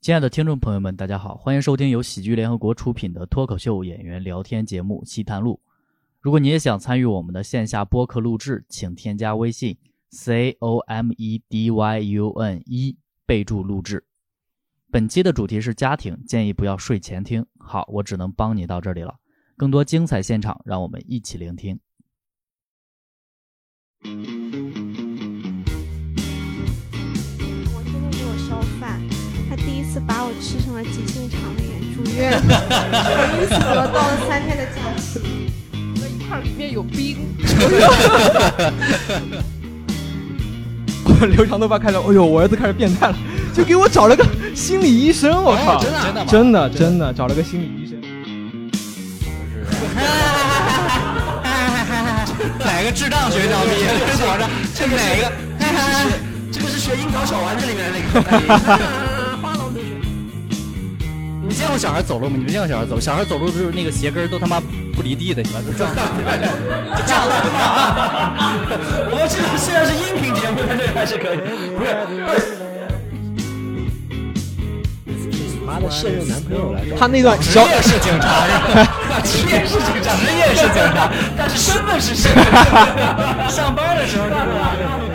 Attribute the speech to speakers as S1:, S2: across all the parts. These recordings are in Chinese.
S1: 亲爱的听众朋友们，大家好，欢迎收听由喜剧联合国出品的脱口秀演员聊天节目《西谈录》。如果你也想参与我们的线下播客录制，请添加微信 c o m e d y u n 一，备注录制。本期的主题是家庭，建议不要睡前听。好，我只能帮你到这里了。更多精彩现场，让我们一起聆听。
S2: 我真的给我烧饭，他第一次把我吃成了急性肠胃炎住院，因此得到了三天的假期。
S3: 那一块儿里面有冰。
S4: 留长头发看着，哎呦，我儿子开始变态了，就给我找了个心理医生，
S5: 哦
S4: 我
S6: 哎
S4: 靠，真的真的真的找了个心理医生。
S5: 哪个智障学校毕业？ 这是怎么着？这个哪个？ 这个是学《樱桃小丸子》里面那 个。花龙同学，你见过小孩走路吗？你没见过小孩走，小孩走路就是那个鞋跟都他妈不离地的，你知道吗？就这样 我们这虽然是音频节目，但这个还是可以。不是，
S7: 妈的，现任男朋友来着。
S4: 他那段
S5: 职
S4: 小
S5: 业是警察 呀，职业是警察，职业是警察，但是身份是身份。 上班的时候就是。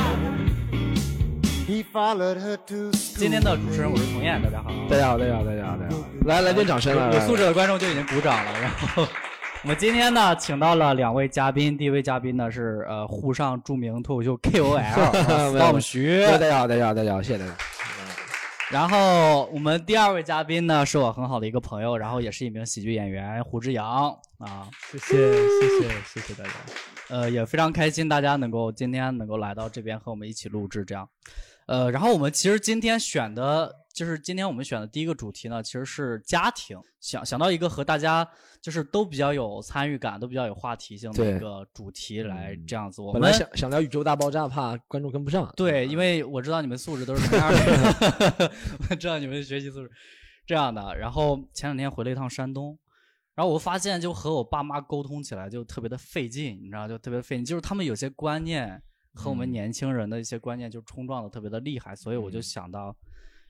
S5: 今天的主持人我是童燕，大家好。
S7: 大家好，大家好，大家好，大家好！来来点掌声来！
S5: 有素质的观众就已经鼓掌了。然后我们今天呢，请到了两位嘉宾，第一位嘉宾呢是呃沪上著名脱口秀 KOL
S7: 没有
S5: Storm 徐，
S7: 大家好，大家好，大家好，谢谢大家。
S5: 然后我们第二位嘉宾呢是我很好的一个朋友，然后也是一名喜剧演员胡志阳啊，
S4: 谢谢谢谢谢谢大家。
S5: 呃也非常开心大家能够今天能够来到这边和我们一起录制这样，呃，然后我们其实今天选的。就是今天我们选的第一个主题呢，其实是家庭，想想到一个和大家就是都比较有参与感、都比较有话题性的
S7: 对
S5: 一个主题来
S4: 嗯
S5: 这样子。我
S7: 本
S5: 们
S7: 来想想聊宇宙大爆炸，怕观众跟不上。
S5: 对，因为我知道你们素质都是什么样的， 我知道你们学习素质这样的。然后前两天回了一趟山东，然后我发现就和我爸妈沟通起来就特别的费劲，你知道，就特别费劲，就是他们有些观念和我们年轻人的一些观念就冲撞的特别的厉害，所以我就想到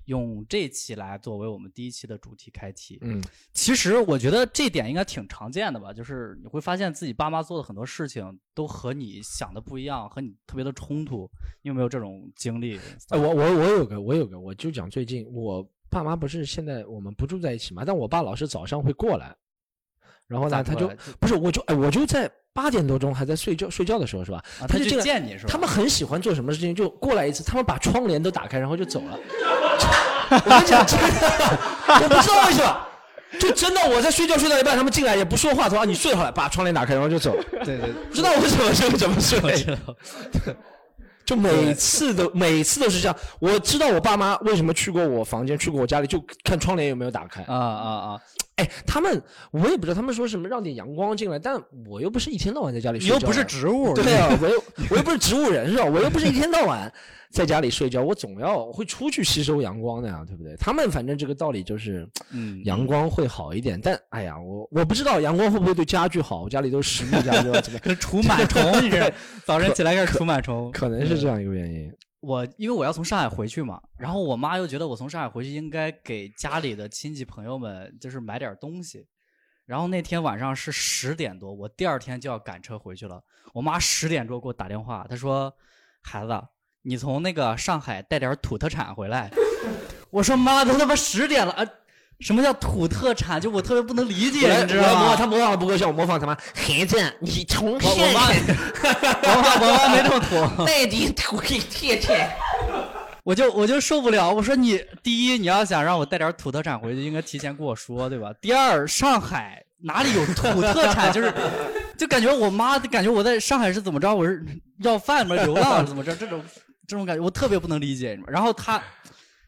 S5: 用这期来作为我们第一期的主题开题。
S7: 嗯，
S5: 其实我觉得这点应该挺常见的吧，就是你会发现自己爸妈做的很多事情都和你想的不一样，和你特别的冲突。你有没有这种经历？
S7: 哎，我我我有个，我有个，我就讲最近我爸妈不是现在我们不住在一起嘛，但我爸老是早上会过来，然后
S5: 咋
S7: 呢，他
S5: 过
S7: 就
S5: 来就
S7: 不是我就哎我就在八点多钟还在睡觉睡觉的时候是吧？
S5: 啊，
S7: 他
S5: 他
S7: 就进
S5: 去
S7: 来
S5: 见你是吧？
S7: 他们很喜欢做什么事情，就过来一次，他们把窗帘都打开，然后就走了。我跟你讲，真的，我不知道为什么，就真的我在睡觉睡到一半，他们进来也不说话，说啊你睡好了，把窗帘打开，然后就走了。
S5: 对对，
S7: 不知道为什么就这么睡，
S5: 知道。
S7: 就每次都每次都是这样。我知道我爸妈为什么去过我房间，去过我家里，就看窗帘有没有打开。
S5: 啊啊啊！
S7: 哎，他们我也不知道，他们说什么让点阳光进来，但我又不是一天到晚在家里
S5: 你
S7: 睡
S5: 又
S7: 觉的，
S5: 不是植物，
S7: 对啊，我又我又不是植物人是吧？我又不是一天到晚在家里睡觉，我总要会出去吸收阳光的呀，对不对？他们反正这个道理就是
S5: 嗯，
S7: 阳光会好一点，但哎呀，我我不知道阳光会不会对家具好，我家里都是实木家具，怎么
S5: 可除螨 虫，你是早晨起来开始除螨虫。
S7: 可能是这样一个原因。
S5: 我因为我要从上海回去嘛，然后我妈又觉得我从上海回去应该给家里的亲戚朋友们就是买点东西，然后那天晚上是十点多，我第二天就要赶车回去了。我妈十点多给我打电话，她说：“孩子，你从那个上海带点土特产回来。” 我说：“妈，都他妈十点了啊！什么叫土特产？就我特别不能理
S7: 我
S5: 解，
S7: 来
S5: 啊你知
S7: 我来模
S5: 道
S7: 仿
S5: 吗？”
S7: 他模仿的不够像，我模仿他妈孩子，你从
S5: 我我妈，我妈我妈没 这么土。
S7: 带点土给贴贴。
S5: 我就我就受不了，我说你第一，你要想让我带点土特产回去，应该提前跟我说，对吧？第二，上海哪里有土特产？就是， 就感觉我妈感觉我在上海是怎么着？我是要饭吗？流浪是怎么着？ 这种这种感觉我特别不能理解。然后他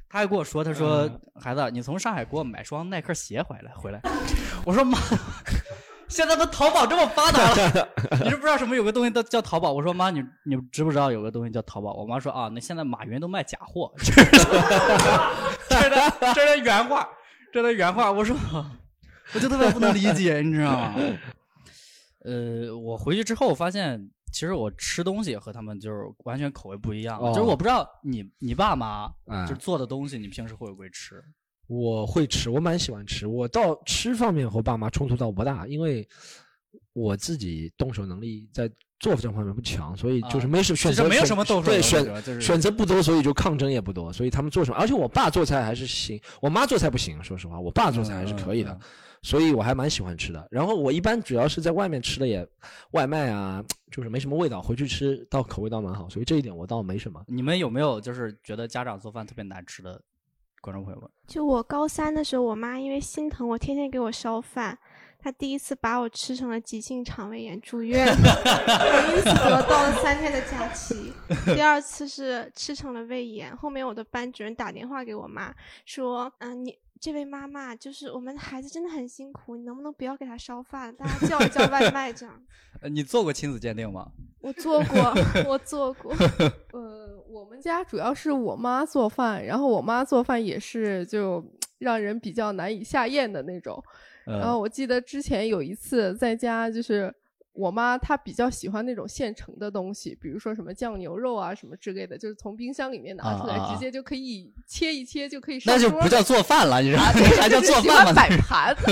S5: 他还跟我说，他说、孩子，你从上海给我买双耐克鞋回来回来。 我说妈，现在都淘宝这么发达 了，你是不知道什么有个东西叫叫淘宝。我说妈，你你知不知道有个东西叫淘宝？我妈说啊，那现在马云都卖假 货，这是这是她这是她原话，这是她原话。我说， 我就特别不能理解，你知道 吗？呃，我回去之后发现，其实我吃东西和他们就是完全口味不一样，
S7: 哦
S5: 就是我不知道你你爸妈
S7: 嗯
S5: 就做的东西，你平时会不会吃？
S7: 我会吃，我蛮喜欢吃。我到吃方面和爸妈冲突倒不大，因为我自己动手能力在做这方面不强，所以就是
S6: 啊
S7: 没什选
S6: 其实
S7: 择
S6: 没有
S7: 选
S6: 什么动手
S7: 对
S6: 能力
S7: 选
S6: 是吧就是
S7: 选择不多，所以就抗争也不多，所以他们做什么，而且我爸做菜还是行，我妈做菜不行，说实话，我爸做菜还是可以的，
S6: 嗯嗯
S7: 所以我还蛮喜欢吃的。然后我一般主要是在外面吃的也外卖啊，就是没什么味道，回去吃倒口味倒蛮好，所以这一点我倒没什么。
S6: 你们有没有就是觉得家长做饭特别难吃的观众朋友们？
S2: 就我高三的时候，我妈因为心疼我，天天给我烧饭。她第一次把我吃成了急性肠胃炎住院，我因此得到了三天的假期。第二次是吃成了胃炎，后面我的班主任打电话给我妈说：“嗯、你这位妈妈，就是我们孩子真的很辛苦，你能不能不要给他烧饭，大家叫一叫外卖这样
S6: 呃你做过亲子鉴定吗？？”
S2: 我做过，我做 过。
S3: 呃，我们家主要是我妈做饭，然后我妈做饭也是就让人比较难以下咽的那种。
S6: 呃
S3: 然后我记得之前有一次在家，就是我妈她比较喜欢那种现成的东西，比如说什么酱牛肉啊什么之类的，就是从冰箱里面拿出来，
S6: 啊啊啊
S3: 直接就可以切一切就可以上
S6: 那就
S3: 桌
S6: 不叫
S3: 了
S6: 做饭了，你知道
S3: 啊对
S6: 啥叫
S3: 就是
S6: 做
S3: 喜欢
S6: 饭吗？
S3: 摆盘 子。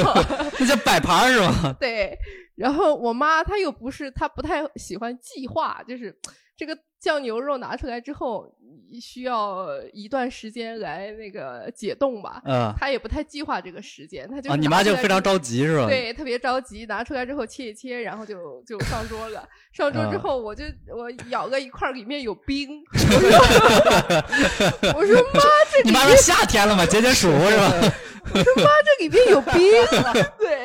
S6: 那叫摆盘儿是 吧？
S3: 对，然后我妈她又不是她不太喜欢计划，就是这个酱牛肉拿出来之后，你需要一段时间来那个解冻吧。
S6: 嗯
S3: 她也不太计划这个时间，她就
S6: 啊，
S3: 是
S6: 你
S3: 拿
S6: 妈
S3: 出
S6: 就
S3: 来
S6: 非常
S3: 之后
S6: 着急是吧？
S3: 对，特别着急，拿出来之后切一切，然后就就上桌了。上桌之
S6: 啊
S3: 后，我就我咬了一块儿，里面有冰， 我说我说 妈，这里
S6: 你
S3: 面
S6: 妈说夏天了嘛，解解暑是吧？
S3: 我说妈，这里面有冰。 对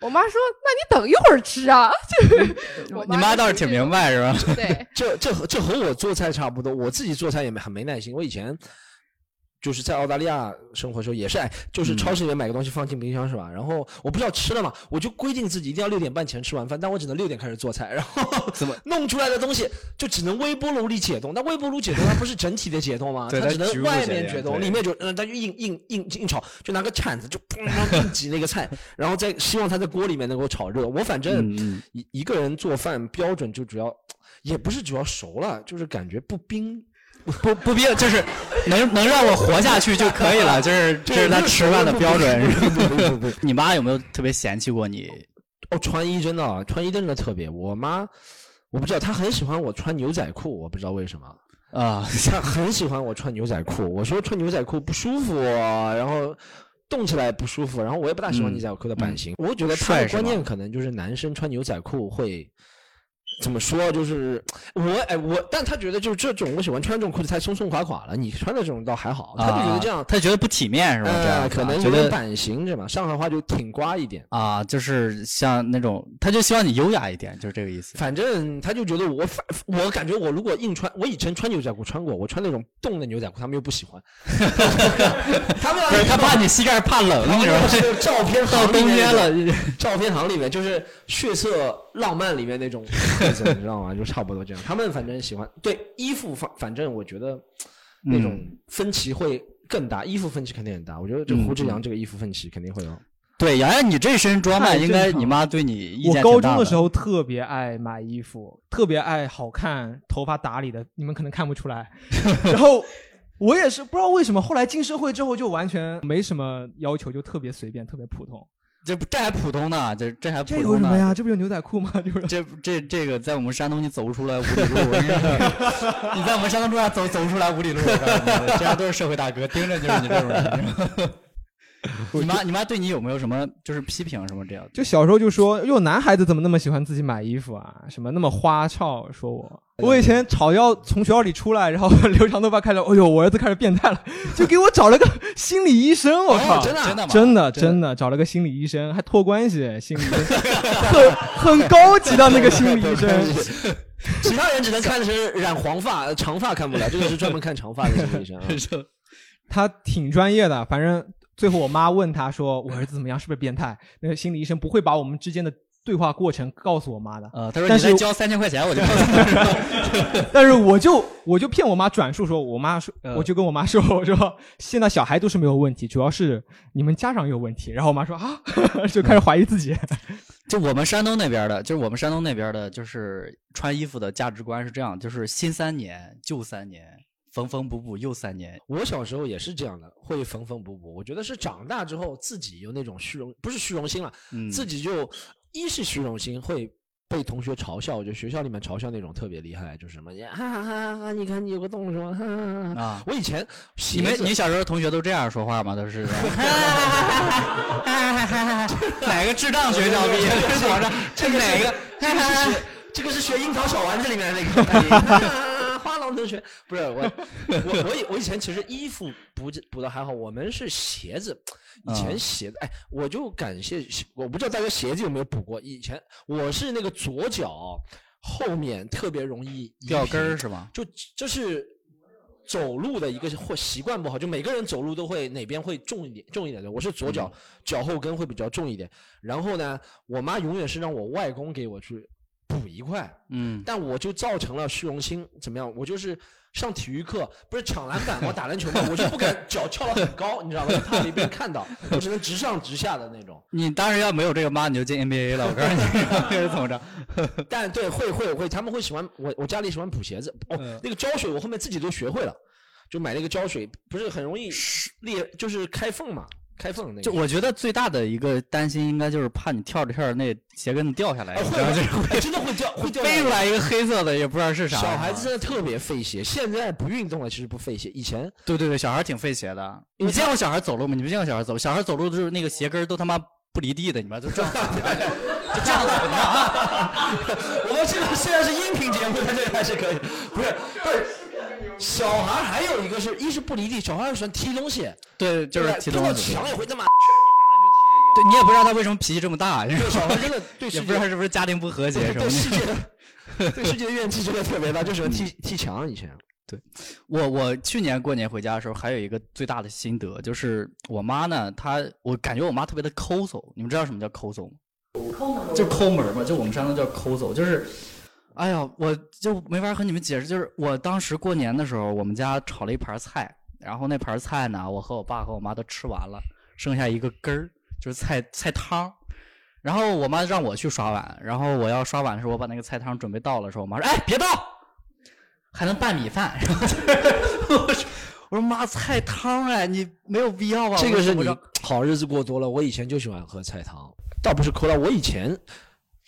S3: 我妈说，那你等一会儿吃啊。就是我
S6: 你妈
S3: 就
S6: 倒是
S3: 这
S6: 挺明
S3: 种。
S6: 白是 吧？
S3: 对，
S7: 这这和这和我做菜差不多，我自己做菜也没很没耐心。我以前就是在澳大利亚生活的时候，也是哎，
S6: 嗯
S7: 就是超市里面买个东西放进冰箱是吧？然后我不知道吃了嘛，我就规定自己一定要六点半前吃完饭，但我只能六点开始做菜，然后
S6: 怎么
S7: 弄出来的东西就只能微波炉里解冻。那微波炉解冻它不是整体的解冻吗？
S6: 对
S7: 它
S6: 它
S7: 只能
S6: 局部
S7: 外
S6: 解
S7: 面
S6: 冻
S7: 解冻，
S6: 对
S7: 里面就嗯，它就硬硬硬硬炒，就拿个铲子就砰砰硬挤那个菜，然后再希望它在锅里面能够炒热。我反正。
S6: 嗯嗯
S7: 一一个人做饭标准就主要，也不是主要熟了，就是感觉不冰，
S6: 不不必要，就是能能让我活下去就可以了， 就是这是他吃饭的标准。是吧
S7: 不不不不不，
S6: 你妈有没有特别嫌弃过你？
S7: 哦，穿衣真的啊，穿衣真的特别。我妈，我不知道，她很喜欢我穿牛仔裤，我不知道为什么，
S6: 啊，
S7: 她 很喜欢我穿牛仔裤。我说穿牛仔裤不舒服啊、然后。动起来不舒服，然后我也不大喜欢
S6: 嗯
S7: 牛仔裤的版型。我觉得她
S6: 帅
S7: 的
S6: 是吧
S7: 观念可能就是男生穿牛仔裤会怎么说，就是我哎我，但她觉得就是这种我喜欢穿这种裤子太松松垮垮了，你穿的这种倒还好，她就觉得这样
S6: 啊，她觉得不体面是吧？这样
S7: 呃，
S6: 是吧
S7: 可能
S6: 觉
S7: 有点
S6: 得
S7: 版型是吧？上海话就挺瓜一点。
S6: 啊，就是像那种，她就希望你优雅一点，就是这个意思。
S7: 反正他就觉得我反，我感觉我如果硬穿，我以前穿牛仔裤穿过，我穿那种洞的牛仔裤，他们又不喜欢。 他们
S6: 不是，她怕你膝盖怕冷，你知道吗？
S7: 啊 是照片
S6: 到
S7: 行里
S6: 冬
S7: 面
S6: 天
S7: 那种，
S6: 了，
S7: 照片行里面就是血色浪漫里面那 种裤子，你知道吗？就差不多这样。他们反正喜欢对衣服反，反正我觉得那种分歧会更
S6: 嗯
S7: 大，衣服分歧肯定很大。我觉得这胡志阳这个衣服分歧肯定会有。
S6: 对，洋洋，你这身装扮，
S4: 太
S6: 应该
S4: 正常
S6: 你妈对你意
S4: 我
S6: 见
S4: 高
S6: 挺大
S4: 中
S6: 的
S4: 的时候特别爱买衣服，特别爱好看，头发打理的，你们可能看不出 来。然后我也是不知道为什么，后来进社会之后就完全没什么要求，就特别随便，特别普通。
S6: 这不这还普通呢，这这还普
S4: 这
S6: 通呢
S4: 有什么呀？这不就牛仔裤吗？就是
S6: 这这这个在我们山东你走不出来五里路，我跟你说你在我们山东路上走走不出来五里路，我告诉你，这样都是社会大哥，盯着就是你这种人。 你妈你妈对你有没有什么就是批评什么这样？
S4: 就小时候就说，哟，男孩子怎么那么喜欢自己买衣服啊？什么那么花哨？说我，我以前吵要从学校里出来，然后 留长头发开始，哎呦，我儿子开始变态了，就给我找了个心理医生，我靠，
S6: 哦真的真的
S4: 真
S6: 吗
S4: 的
S6: 真的
S4: 真的找了个心理医生，还托关系，心理医生很很高级的那个心理 医生，
S7: 其他人只能看的是染黄发，长发看不了，这个是专门看长发的心理医生啊。
S4: 他挺专业的，反正最后我妈问他说，我儿子怎么样，是不是变态？那个心理医生不会把我们之间的对话过程告诉我妈的，
S6: 呃，他说
S4: 但
S6: 你
S4: 是
S6: 再交三千块钱我就告诉你。
S4: 但是我就 我就骗我妈转述说，我妈说，
S6: 嗯
S4: 我就跟我妈说， 我说现在小孩都是没有问题，主要是你们家长有问题。然后我妈说啊， 就开始怀疑自己。
S7: 嗯
S6: 就我们山东那边的，就是我们山东那边的，就是穿衣服的价值观是这样，就是新三年旧三年，缝缝补补又三年。
S7: 我小时候也是这样的，会缝缝补补。我觉得是长大之后自己有那种虚荣，不是虚荣心了，
S6: 嗯，
S7: 自己就一是虚荣心会。被同学嘲笑，我觉得学校里面嘲笑那种特别厉害，就是什么，哈哈哈哈！你看你有个动作，哈哈哈哈！
S6: 啊，
S7: 我以前
S6: 你
S7: 鞋
S6: 们
S7: 子
S6: 你小时候同学都这样说话吗？都是 哪个智障学校毕业的？早上
S7: 这个
S6: 哪
S7: 是
S6: 个？
S7: 这个是 学这个是学樱桃小丸子里面那个花郎同学，不是我我我以我以前其实衣服补补的还好，我们是鞋子，以前
S6: 嗯
S7: 鞋子哎，我就感谢我不知道大家鞋子有没有补过，以前我是那个左脚后面特别容易移
S6: 掉
S7: 平
S6: 根儿是吗？
S7: 就这是走路的一个或习惯不好，就每个人走路都会哪边会重一点，重一点的。我是左脚、脚后跟会比较重一点，然后呢，我妈永远是让我外公给我去补一块，
S6: 嗯，
S7: 但我就造成了虚荣心，怎么样？我就是上体育课不是抢篮板，我打篮球嘛，我就不敢脚翘得很高，你知道吗？就怕没被人看到，我只能直上直下的那种。
S6: 你当时要没有这个妈，你就进 NBA 了。我告诉你， 这是怎么着？
S7: 但对，会会会，他们会喜欢我，我家里喜欢补鞋子。哦，
S4: 嗯
S7: 那个胶水我后面自己都学会了，就买那个胶水，不是很容易裂，就是开缝嘛，开缝那个。
S6: 就我觉得最大的一个担心，应该就是怕你跳着跳着那鞋跟子掉下来，
S7: 哎
S6: 然
S7: 会
S6: 后就
S7: 会、哎真的会掉，会掉。
S6: 飞出来一个黑色的，也不知道是啥。
S7: 小孩子真的特别费鞋，现在不运动了其实不费鞋，以前
S6: 对对对，小孩挺费鞋的。
S7: 因
S6: 你
S7: 为
S6: 见过小孩走路吗？你没见过小孩走，小孩走路就是那个鞋跟儿都他妈不离地的，你妈都这样走，就这样走，你知道吗？
S7: 我们这个虽然是音频节目，但这个还是可以。不是，但是小孩还有一个是，一是不离地，小孩儿喜欢踢东西，
S6: 对，就是
S7: 对吧
S6: 踢
S7: 碰
S6: 东
S7: 到
S6: 西。
S7: 墙也会那么。
S6: 对你也不知道他为什么脾气这么大，
S7: 对，小孩真的对
S6: 也
S7: 世
S6: 不知道
S7: 界，
S6: 是不是家庭不和
S7: 对
S6: 谐什么
S7: 对世
S6: 的。
S7: 界的，对世界的怨气真的特别大，就喜欢踢踢墙啊以前。
S6: 我我去年过年回家的时候，还有一个最大的心得，就是我妈呢，她我感觉我妈特别的抠搜。你们知道什么叫抠搜吗？就抠门儿嘛，就我们山东叫抠搜，就是，哎呀，我就没法和你们解释。就是我当时过年的时候，我们家炒了一盘菜，然后那盘菜呢，我和我爸和我妈都吃完了，剩下一个根儿，就是菜菜汤儿。然后我妈让我去刷碗，然后我要刷碗的时候，我把那个菜汤准备倒了的时候，我妈说：“哎，别倒，还能拌米饭。” 然后就是我说：“我说妈，菜汤哎，你没有必要吧？”啊
S7: 这个是
S6: 我
S7: 你
S6: 说
S7: 好日子过多了。我以前就喜欢喝菜汤，倒不是抠了。我以前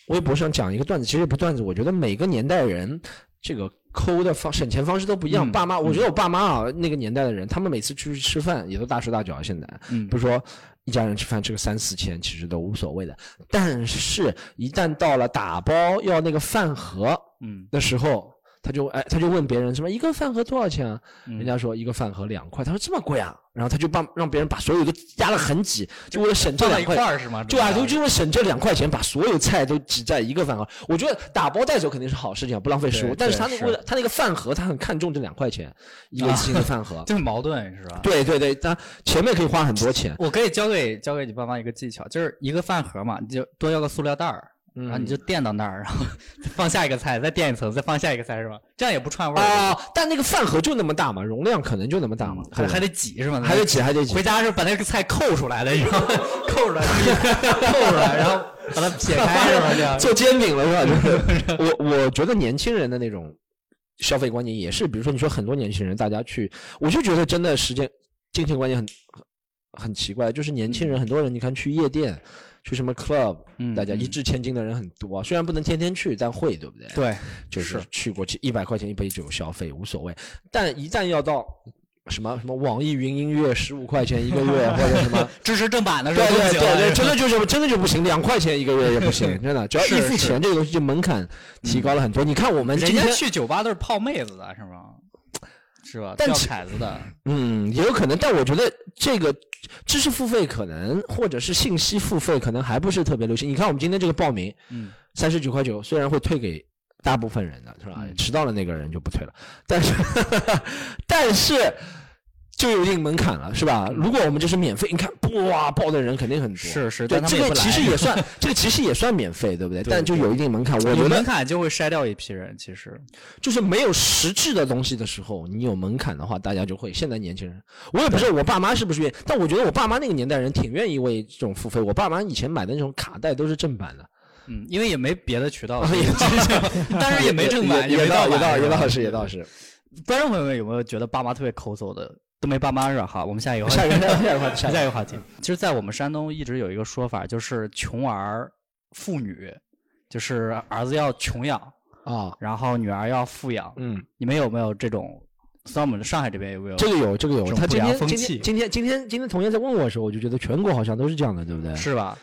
S7: 微博上讲一个段子，其实也不段子，我觉得每个年代人这个抠的方省钱方式都不一样。
S6: 嗯
S7: 爸妈，我觉得我爸妈啊，那个年代的人，他们每次出去吃饭也都大手大脚。现在
S6: 嗯
S7: 不是说一家人吃饭吃个三四千，其实都无所谓的。但是，一旦到了打包要那个饭盒
S6: 嗯
S7: 的时候。他就哎，他就问别人什么一个饭盒多少钱啊？
S6: 嗯
S7: 人家说一个饭盒两块，他说这么贵啊，然后他就帮让别人把所有都压得很挤，就为了省这
S6: 放在
S7: 两
S6: 一
S7: 块
S6: 块，儿是吗？
S7: 对啊，
S6: 这
S7: 就
S6: 个
S7: 就为了省这两块钱，把所有菜都挤在一个饭盒。我觉得打包带走肯定是好事情，啊，不浪费食物
S6: 对，
S7: 但是
S6: 对
S7: 他那
S6: 是
S7: 个为了他那个饭盒，他很看重这两块钱一 个一次性的饭盒。
S6: 就是矛盾是吧？
S7: 对对对，他前面可以花很多钱，
S6: 我可以教给教给你爸妈一个技巧，就是一个饭盒嘛，你就多要个塑料袋儿，
S7: 嗯
S6: 然啊后你就垫到那儿，然后放下一个菜，再垫一层，再放下一个菜是吧？这样也不串味儿
S7: 啊、但那个饭盒就那么大嘛，容量可能就那么大嘛，
S6: 还
S7: 对吧
S6: 嗯还得挤是吗？
S7: 还得挤还得挤
S6: 回。家是把那个菜扣出来的，然 后扣出来，扣出来，然后把它撇开是吧？这样。
S7: 做煎饼了是吧？ 就是我我觉得年轻人的那种消费观念也是，比如说你说很多年轻人大家去，我就觉得真的时间金钱观念很很奇怪，就是年轻人很多人你看去夜店。去什么 club，、
S6: 嗯
S7: 大家一掷千金的人很多，啊虽然不能天天去，但会，对不 对？，
S6: 对，
S7: 就是
S6: 是
S7: 去过去一百块钱一杯酒消费无所谓，但一旦要到什么什么网易云音乐十五块钱一个 月或者什么，
S6: 支持正版的是
S7: 对
S6: 吧？
S7: 对
S6: 都行
S7: 对对，
S6: 是
S7: 真
S6: 吧
S7: 的就是真的就不行，两块钱一个月也不 行，真的，只要一付
S6: 是嗯
S7: 钱，这个东西就门槛提高了很多。你看我们今
S6: 人
S7: 天
S6: 家，去酒吧都是泡妹子的是吗？是吧？
S7: 但
S6: 掉
S7: 其
S6: 凯子的，
S7: 嗯，也有可能，但我觉得这个知识付费可能或者是信息付费可能还不是特别流行。你看我们今天这个报名，
S6: 嗯，
S7: 三十九块九，虽然会退给大部分人的，是吧？
S6: 嗯
S7: 迟到了那个人就不退了，但是 但是。就有一定门槛了，是吧？如果我们这是免费，你看，哇，报的人肯定很多。
S6: 是是
S7: 对，
S6: 但他
S7: 这
S6: 们也
S7: 个
S6: 不来
S7: 其实 也算，这个其实也算免费，对不对？但就有一定门槛。我
S6: 有
S7: 觉
S6: 门
S7: 得
S6: 槛就会筛掉一批人，其实。
S7: 就是没有实质的东西的时候，你有门槛的话，大家就会。现在年轻人，我也不知道我爸妈是不是愿意，但我觉得我爸妈那个年代人挺愿意为这种付费。我爸妈以前买的那种卡带都是正版的，
S6: 嗯，因为也没别的渠道，
S7: 啊也
S6: 当然也没正版，
S7: 也
S6: 没
S7: 哦倒也
S6: 版
S7: 倒
S6: 是
S7: 也
S6: 吧
S7: 倒是也倒是。
S6: 观众朋友们有没有觉得爸妈特别抠搜的？都没爸妈是吧？好，我们下一个话题
S7: 下一个下一个话 题，下一
S6: 下
S7: 个
S6: 一个话题，其实，在我们山东一直有一个说法，就是穷儿富女，就是儿子要穷养，
S7: 啊，
S6: 然后女儿要富养。
S7: 嗯，
S6: 你们有没有这种？虽然我们上海这边有没有？
S7: 这个有，这个有。
S6: 这种
S7: 他
S6: 不
S7: 今
S6: 良
S7: 天
S6: 风
S7: 今
S6: 气
S7: 天今天今天今天童颜在问我的时候，我就觉得全国好像都是这样的，对不对？
S6: 是吧？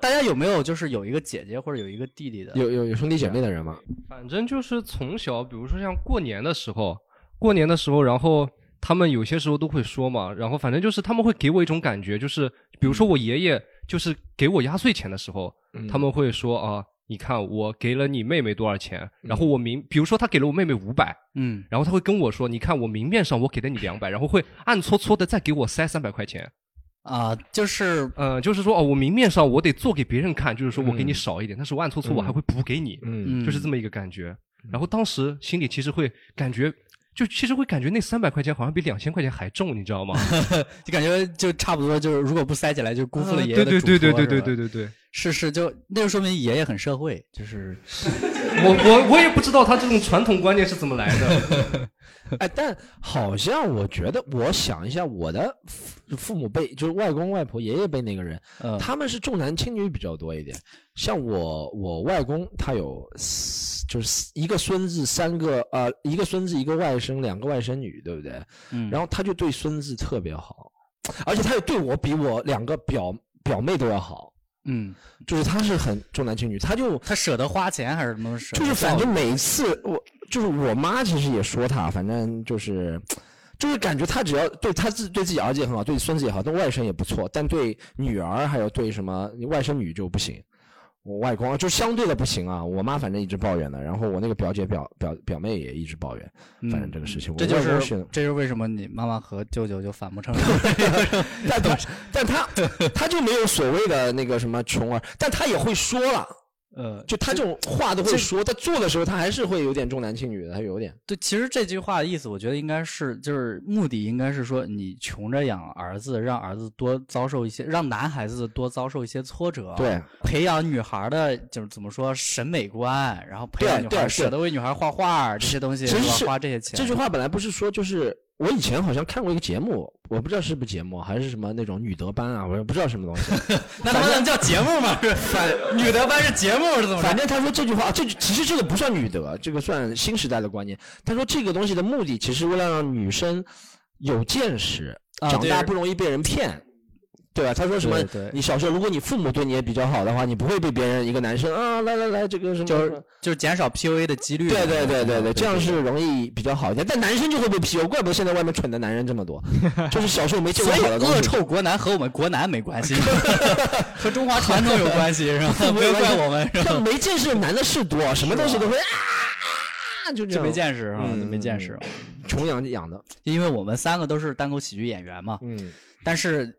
S6: 大家有没有就是有一个姐姐或者有一个弟弟的？
S7: 有有有兄弟姐妹的人吗？
S8: 反正就是从小，比如说像过年的时候，过年的时候，然后他们有些时候都会说嘛，然后反正就是他们会给我一种感觉，就是比如说我爷爷就是给我压岁钱的时候，
S7: 嗯
S8: 他们会说啊，你看我给了你妹妹多少钱，然后我明，比如说他给了我妹妹五百，
S6: 嗯，
S8: 然后他会跟我说，你看我明面上我给了你两百，然后会暗搓搓的再给我塞三百块钱，
S6: 啊、就是
S8: 嗯，就是说哦，我明面上我得做给别人看，就是说我给你少一点，但是我暗搓搓我还会补给你，
S7: 嗯
S8: 就是这么一个感觉。然后当时心里其实会感觉，就其实会感觉那三百块钱好像比两千块钱还重，你知道吗？
S6: 就感觉就差不多，就是如果不塞起来，就辜负了
S8: 啊
S6: 爷爷
S8: 对
S6: 的嘱
S8: 对
S6: 托、
S8: 对
S6: 是
S8: 对对对
S6: 吧
S8: 对对对，
S6: 是是，就那就说明爷爷很社会，就是
S8: 我我我也不知道他这种传统观念是怎么来的。
S7: 哎，但好像我觉得，我想一下，我的父父母辈就是外公外婆、爷爷辈那个人，
S6: 嗯
S7: 他们是重男轻女比较多一点。像我，我外公他有四就是一个孙子，三个呃，一个孙子，一个外甥，两个外甥女，对不对？
S6: 嗯，
S7: 然后他就对孙子特别好，而且他也对我比我两个表表妹都要好，
S6: 嗯，
S7: 就是他是很重男轻女，他就
S6: 他舍得花钱还是什么舍得
S7: 就
S6: 造？
S7: 是反正每次我就是我妈其实也说他，反正就是。就是感觉他只要对他自对自己儿子也很好，对孙子也好，对外甥也不错，但对女儿还有对什么外甥女就不行。我外公就相对的不行啊，我妈反正一直抱怨的，然后我那个表姐表表表妹也一直抱怨，
S6: 嗯
S7: 反正这个事情、我
S6: 这就
S7: 外公
S6: 是
S7: 是
S6: 这就是为什么你妈妈和舅舅就反目成 仇。
S7: 但他但他他就没有所谓的那个什么穷儿，但他也会说了，
S6: 呃，
S7: 就他这种话都会说，但做的时候他还是会有点重男轻女的，他有点。
S6: 对，其实这句话的意思，我觉得应该是就是目的应该是说你穷着养儿子，让儿子多遭受一些，让男孩子多遭受一些挫折，
S7: 对，
S6: 培养女孩的就是怎么说审美观，然后培养
S7: 对
S6: 女
S7: 对
S6: 孩
S7: 对
S6: 舍得为女孩画画这些东西，
S7: 其实
S6: 是
S7: 是
S6: 吧？花这些钱，
S7: 这句话本来不是说就是我以前好像看过一个节目，我不知道是不是节目还是什么那种女德班啊，我也不知道什么东 西。
S6: 那他妈能叫节目吗？是 反女德班是节目是怎么着
S7: 反？正他说这句话，哦这其实这个不算女德，这个算新时代的观念。他说这个东西的目的，其实为了让女生有见识，
S6: 啊
S7: 长
S6: 对
S7: 大不容易被人骗，对吧？他说什么？
S6: 对对
S7: 你小时候，如果你父母对你也比较好的话，你不会被别人一个男生啊，来来来，这个什么？
S6: 就是就是减少 PUA 的几率。
S7: 对对对对对，这样是容易比较好一点。但男生就会被 PU，怪不得现在外面蠢的男人这么多，就是小时候没见过
S6: 所以
S7: 好的东
S6: 恶
S7: 西。
S6: 臭国男和我们国男没关 系，和中华传统有关系 是吧？不要怪我们 是吧？
S7: 但没见识的男的是多，什么东西都会啊，就这
S6: 就
S7: 样
S6: 没见识啊，
S7: 嗯
S6: 就没见识。
S7: 穷养养的，
S6: 因为我们三个都是单口喜剧演员嘛，
S7: 嗯。
S6: 但是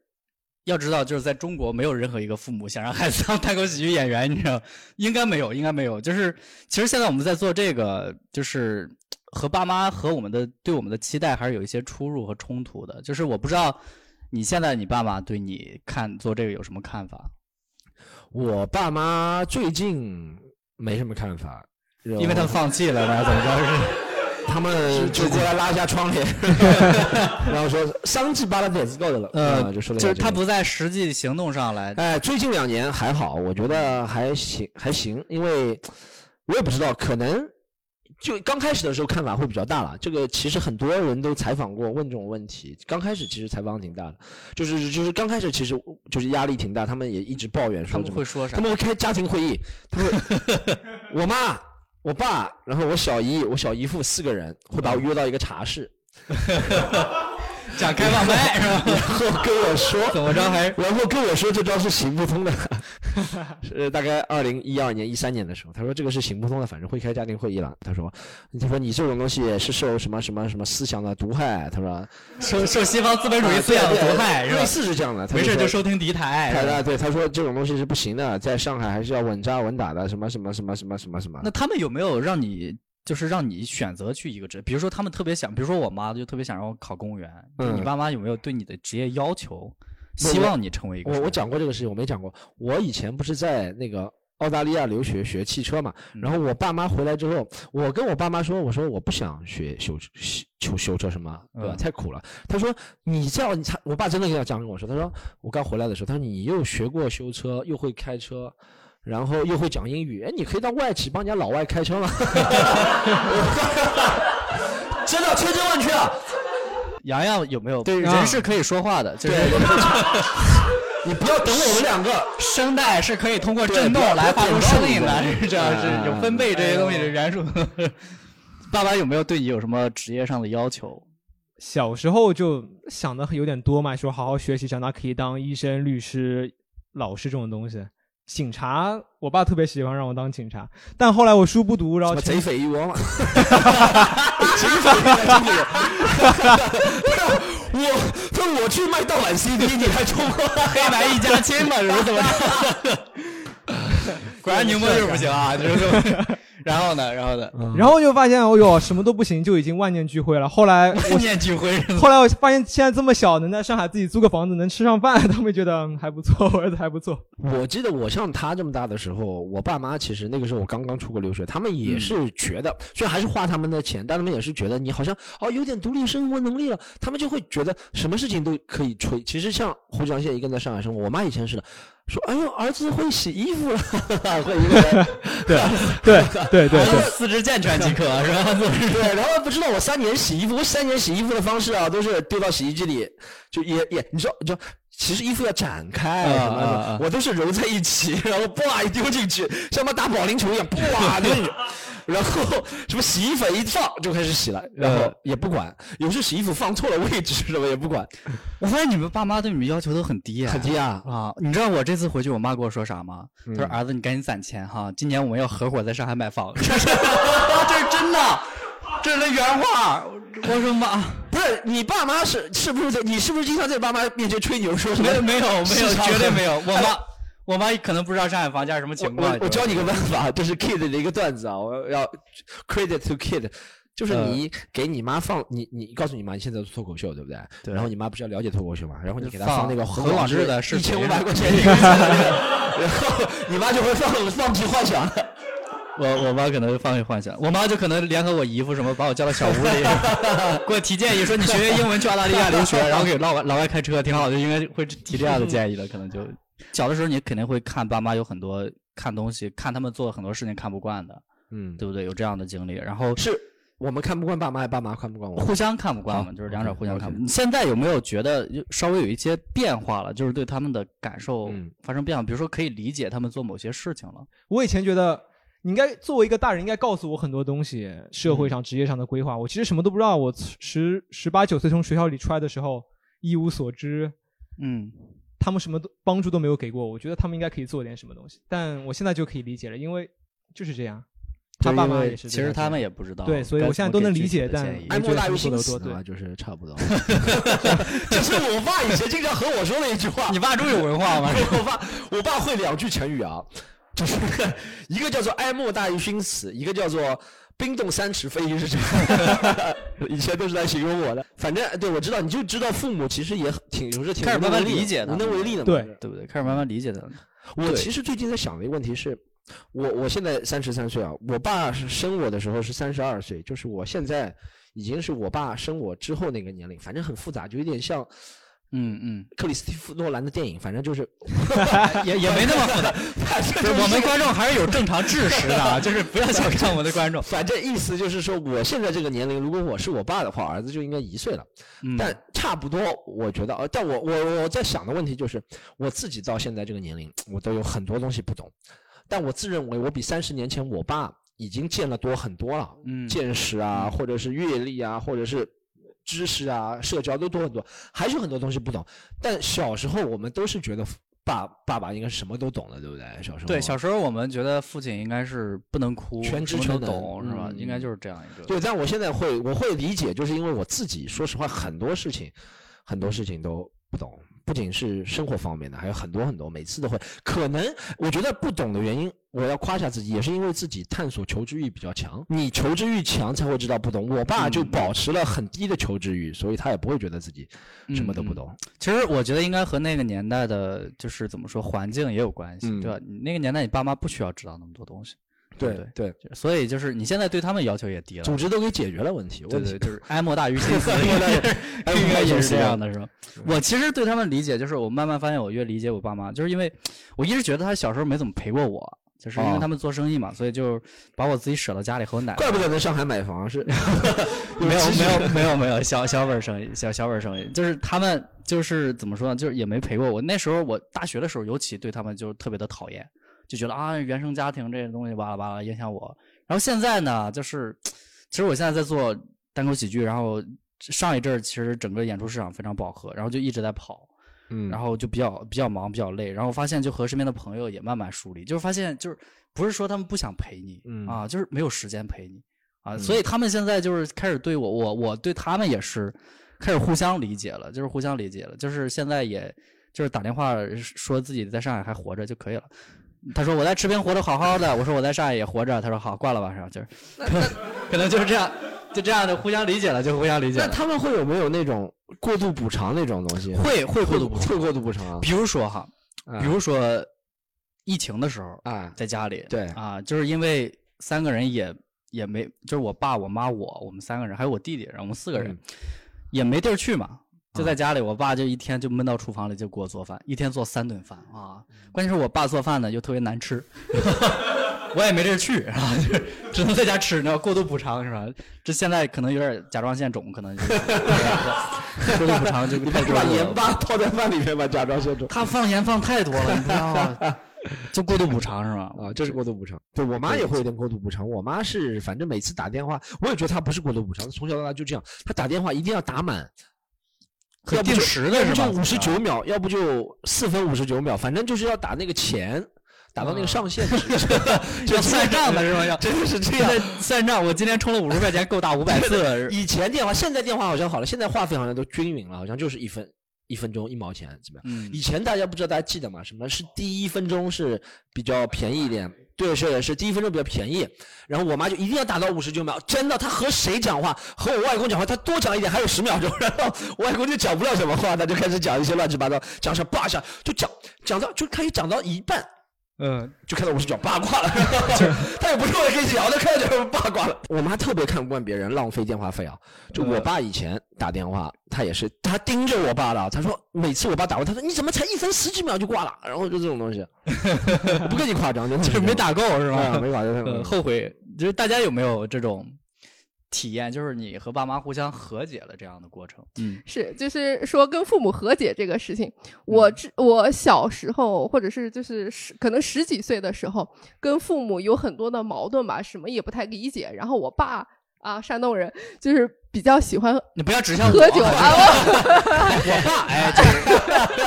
S6: 要知道，就是在中国没有任何一个父母想让孩子当单口喜剧演员，你知道？应该没有，应该没有。就是其实现在我们在做这个，就是和爸妈和我们的对我们的期待还是有一些出入和冲突的。就是我不知道你现在你爸妈对你看做这个有什么看法，
S7: 我爸妈最近没什么看法，因
S6: 因为他们放弃了，然后怎 么着
S7: 啊
S6: 是？
S7: 他们就过来拉一下窗帘， 然后说桑吉巴拉点子够的了，啊就说了一下
S6: 呃就是
S7: 这
S6: 他
S7: 个
S6: 不在实际行动上来。
S7: 哎，最近两年还好，我觉得还行，还行，因为我也不知道，可能就刚开始的时候看法会比较大了。这个其实很多人都采访过，问这种问题。刚开始其实采访挺大的，就是就是刚开始其实就是压力挺大，他们也一直抱怨
S6: 他
S7: 说
S6: 们
S7: 怎么
S6: 会说啥
S7: 他？们会开家庭会议，他 们会我妈、我爸，然后我小姨、我小姨父四个人会把我约到一个茶室，
S6: 想开放麦是吧？
S7: 然后跟我说
S6: 怎么着还
S7: 然后跟我说这招是行不 通的，是大概二零一二年、一三年的时候，他说这个是行不通的，反正会开家庭会议了。他说，他说你这种东西是受什么什么什么思想的毒害，他说啊
S6: 受受西方资本主义思想的毒害是吧
S7: 类？似是这样的。他
S6: 没事就
S7: 说
S6: 收听敌台
S7: 他
S6: 是吧
S7: 的对，他说这种东西是不行的，在上海还是要稳扎稳打的，什么什么什么什么什么什么
S6: 那。他们有没有让你就是让你选择去一个职？比如说他们特别想，比如说我妈就特别想让我考公务员，就你
S7: 嗯
S6: 爸妈有没有对你的职业要求？
S7: 不
S6: 希
S7: 我
S6: 望你成为一个
S7: 我
S6: 什么
S7: 我讲过这个事情，我没讲过。我以前不是在那个澳大利亚留学学汽车嘛，
S6: 嗯
S7: 然后我爸妈回来之后，我跟我爸妈说，我说我不想学修修修车什么，对吧？
S6: 嗯
S7: 太苦了。他说你这样，他我爸真的这样这样跟我说，他说我刚回来的时候，他说你又学过修车，又会开车。然后又会讲英语，哎，你可以到外企帮人家老外开车吗？ 真的千真万确啊！
S6: 洋洋有没有？
S7: 对嗯
S6: 人是可以说话的，就是
S7: 你不要等我们两个，
S6: 声带是可以通过
S7: 对
S6: 震动
S7: 不要
S6: 来发
S7: 不要
S6: 出
S7: 点到
S6: 声音的，
S7: 你
S6: 是这样，
S7: 哎
S6: 是有分贝这些
S7: 嗯
S6: 东西的元素。 爸爸有没有对你有什么职业上的要求？
S4: 小时候就想的有点多嘛，说好好学习，长大可以当医生、律师、老师这种东西。警察，我爸特别喜欢让我当警察，但后来我书不读，然后
S7: 什么贼
S4: 成
S7: 匪一窝嘛，警匪一窝经理人，不是我，不是我去卖盗版 CD，你还冲过 来？
S6: 黑白一家亲嘛，是怎么着？果然宁波就是不行 啊，就是。然后呢？然后呢？
S4: 然后就发现，哦哟，什么都不行，就已经万念俱灰了。后来我
S6: 念聚会是 吗
S4: 后来我发现，现在这么小，能在上海自己租个房子，能吃上饭， 他们觉得嗯还不错， 我儿子还不错。
S7: 我记得我像他这么大的时候，我爸妈其实那个时候我刚刚出国留学，他们也是觉得，虽然还是花他们的钱，但他们也是觉得你好像哦有点独立生活能力了，他们就会觉得什么事情都可以吹。其实像胡志强现在一个人在上海生活，我妈以前是的，说哎呦儿子会洗衣服了， 会一个人。
S4: 对对对对，
S6: 四肢健全即可是 吧？
S7: 对，然后不知道我三年洗衣服，我三年洗衣服的方式啊，都是丢到洗衣机里，就也也，你知道，你知道，其实衣服要展开
S6: 啊
S7: 什么
S6: 啊啊
S7: 的，我都是揉在一起，然后叭一丢进去，像把打保龄球一样， 叭丢进去，然后什么洗衣粉一放就开始洗了，然后
S6: 呃
S7: 也不管，有时候洗衣服放错了位置什么也不管，
S6: 我发现你们爸妈对你们要求都很低，嗯
S7: 很低 啊，
S6: 啊！你知道我这次回去，我妈跟我说啥吗？她说：“儿子，你赶紧攒钱哈，今年我们要合伙在上海买 房。”这是这是真的，这是她原话。我说妈，
S7: 不是你爸妈是是不是在你是不是经常在爸妈面前吹牛说什么
S6: 没？有没有没有
S7: 市，场
S6: 绝对没有。我
S7: 哎
S6: 妈我妈可能不知道上海房价是什么情
S7: 我
S6: 况。
S7: 我我教你个办法，这是 Kid 的一个段子啊，我要 credit to Kid，就是你给你妈放你你告诉你妈你现在做脱口秀对不对？
S6: 对
S7: 然后你妈不是要了解脱口秀嘛，然后你给她
S6: 放
S7: 那个
S6: 何
S7: 何
S6: 广
S7: 广
S6: 智的视
S7: 一
S6: 频
S7: 千五百块 钱一个月的那个，然后你妈就会放放弃幻想。
S6: 我我妈可能放弃幻想，我妈就可能联合我姨夫什么，把我叫到小屋 里，给我提建议说你学学英文去澳大利亚留学，然后给老外老外开车挺好的，应该会提这样的建议的，可能就 小的时候你肯定会看爸妈有很多看东西，看他们做很多事情看不惯的，
S7: 嗯，
S6: 对不对？有这样的经历，然后
S7: 是我们看不惯爸妈，还是爸妈看不惯我？
S6: 互相看不惯嘛，
S7: 好
S6: 就是两者互相看不
S7: 了
S6: 惯。你现在有没有觉得就稍微有一些变化了？就是对他们的感受
S7: 嗯
S6: 发生变化，比如说可以理解他们做某些事情了。
S4: 我以前觉得你应该作为一个大人，应该告诉我很多东西，社会
S6: 嗯
S4: 上、职业上的规划。我其实什么都不知道。我十十八九岁从学校里出来的时候，一无所知，
S6: 嗯，
S4: 他们什么都帮助都没有给过我。我觉得他们应该可以做点什么东西，但我现在就可以理解了，因为就是这样。他爸妈也是
S6: 其
S4: 这样，
S6: 实他们也不知道。
S4: 对所以
S6: 该
S4: 我现在都
S6: 怎么
S4: 能
S6: 给
S4: 理
S6: 具体
S4: 解
S6: 的
S4: 但
S6: 建议
S4: 哎
S7: 爱莫大于心
S4: 我觉得说
S7: 死
S6: 啊
S4: 得多
S7: 嘛，就是差 不多。这是我爸以前经常和我说的一句话。
S6: 你爸这么有文化吗？
S7: 我爸，我爸会两句成语啊，就是一个叫做“哀莫大于心死”，一个叫做“冰冻三尺非一日之寒” 。 以前都是来形容我的，反正对我知道，你就知道父母其实也很挺有时候挺
S6: 开始
S7: 无能
S6: 慢慢
S7: 为力的
S6: 理解他
S7: 无能
S6: 们
S7: 为力的嘛。
S4: 对
S7: 就是
S6: 对不对？开始慢慢理解他了。
S7: 我
S6: 对
S7: 其实最近在想的一个问题是，我我现在三十三岁啊，我爸是生我的时候是三十二岁，就是我现在已经是我爸生我之后那个年龄，反正很复杂，就有点像
S6: 嗯嗯，
S7: 克里斯蒂夫诺兰的电影，反正 就是
S6: 也也没那么复杂。
S7: 就
S6: 就是我们观众还是有正常知识的，啊，就是不要小看我们的观众。
S7: 反正意思就是说，我现在这个年龄，如果我是我爸的话，儿子就应该一岁了。
S6: 嗯，
S7: 但差不多，我觉得，呃，但我我我在想的问题就是，我自己到现在这个年龄，我都有很多东西不懂。但我自认为，我比三十年前我爸已经见了多很多了，
S6: 嗯
S7: 见识啊，或者是阅历啊，或者是知识啊，社交都多很多，还是有很多东西不懂。但小时候我们都是觉得爸爸爸应该是什么都懂的，对不对？小时候
S6: 对小时候我们觉得父亲应该是不能哭，
S7: 哦全知
S6: 什么都
S7: 全能
S6: 懂是吧？
S7: 嗯
S6: 应该就是这样一个。
S7: 对，但我现在会，我会理解，就是因为我自己，说实话，很多事情，很多事情都不懂，不仅是生活方面的，还有很多很多，每次都会。可能我觉得不懂的原因，我要夸一下自己，也是因为自己探索求知欲比较强。你求知欲强才会知道不懂。我爸
S6: 嗯
S7: 就保持了很低的求知欲，所以他也不会觉得自己什么都不懂。
S6: 嗯其实我觉得应该和那个年代的，就是怎么说环境也有关系，
S7: 嗯
S6: 对吧？你那个年代你爸妈不需要知道那么多东西，对
S7: 对对，
S6: 所以就是你现在对他们要求也低了。
S7: 组织都给解决了问题。
S6: 对
S7: 问题
S6: 对，就是哀莫大于心 死，
S7: 大于
S6: 应该也是这样
S7: 的。
S6: 的，是 吧？我其实对他们理解，就是我慢慢发现，我越理解我爸妈，就是因为我一直觉得他小时候没怎么陪过我，就是因为
S7: 哦
S6: 他们做生意嘛，所以就把我自己舍到家里和我奶奶。
S7: 怪不得在上海买房是，
S6: 没有没有没有没有小小本儿生意，小小本儿生意，就是他们就是怎么说呢，就是也没陪过我。那时候我大学的时候，尤其对他们就特别的讨厌，就觉得啊原生家庭这些东西巴拉巴拉影响我。然后现在呢，就是其实我现在在做单口喜剧，然后上一阵儿其实整个演出市场非常饱和，然后就一直在跑，
S7: 嗯
S6: 然后就比较比较忙比较累，然后发现就和身边的朋友也慢慢疏离，就是发现就是不是说他们不想陪你、
S7: 嗯
S6: 啊，就是没有时间陪你啊，所以他们现在就是开始对我，我我对他们也是开始互相理解了，就是互相理解了，就是现在也就是打电话说自己在上海还活着就可以了。他说我在这边活得好好的，我说我在上海也活着。他说好，挂了吧，然后就是， 可能就是这样，就这样的互相理解了，就互相理解
S7: 那
S6: 了。
S7: 他们会有没有那种过度补偿那种东西？
S6: 会会过
S7: 会
S6: 度补
S7: 会过度补偿
S6: 比如说哈，
S7: 啊？
S6: 比如说疫情的时候，
S7: 啊，
S6: 在家里，
S7: 对
S6: 啊，就是因为三个人也也没，就是我爸、我妈、我，我们三个人，还有我弟弟，然后我们四个人、
S7: 嗯
S6: 也没地儿去嘛，就在家里。我爸就一天就闷到厨房里就给我做饭，一天做三顿饭啊。关键是我爸做饭呢又特别难吃，我也没地儿去，然后就是只能在家吃，然后过度补偿是吧？这现在可能有点甲状腺肿，可能就是过度补偿就
S7: 你
S6: 太
S7: 把
S6: 过
S7: 把
S6: 度了
S7: 盐巴泡在饭里面吧，假装说中
S6: 他放盐放太多了，你不知道啊， 就过度补偿是吗？
S7: 哦啊，这是过度补偿。对我妈也会有点过度补偿，我妈是反正每次打电话，我也觉得她不是过度补偿，从小到大就这样，她打电话一定要打满。
S6: 可
S7: 要不就
S6: 定时的
S7: 要不
S6: 是吧啊
S7: 就五十九秒，要不就四分五十九秒，反正就是要打那个钱，打到那个上限值， 就
S6: 啊要算账的是吧？要
S7: 真的是这
S6: 现
S7: 样
S6: 在。算账，我今天充了五十块钱，够打五百 次。
S7: 以前电话，现在电话好像好了，现在话费好像都均匀了，好像就是一分一分钟一毛钱怎么样？
S6: 嗯
S7: 以前大家不知道，大家记得吗？什么是第一分钟是比较便宜一点？对，是的是第一分钟比较便宜。然后我妈就一定要打到五十九秒，真的，她和谁讲话，和我外公讲话，她多讲一点还有十秒钟， 然后我外公就讲不了什么话，她就开始讲一些乱七八糟，讲什么八下，就讲讲到就开始讲到一半。
S6: 呃
S4: 嗯，
S7: 就看到我是讲八卦了，就是 他也不是为了跟你聊，他看到就是八卦了。我妈特别看不惯别人浪费电话费啊，就我爸以前打电话，他也是他盯着我爸的，他说每次我爸打完，他说你怎么才一分十几秒就挂了，然后就这种东西，我不跟你夸张， 真的
S6: 就是没打够是
S7: 是
S6: 吧？
S7: 嗯没打就
S6: 呃，后悔。就是大家有没有这种体验？就是你和爸妈互相和解了这样的过程？嗯
S3: 是，就是说跟父母和解这个事情，
S6: 嗯
S3: 我之我小时候或者是就是十可能十几岁的时候，跟父母有很多的矛盾吧，什么也不太理解。然后我爸啊，山东人，就是比较喜欢
S6: 你不要指向我
S3: 喝酒啊，我
S6: 我爸哎， 就是。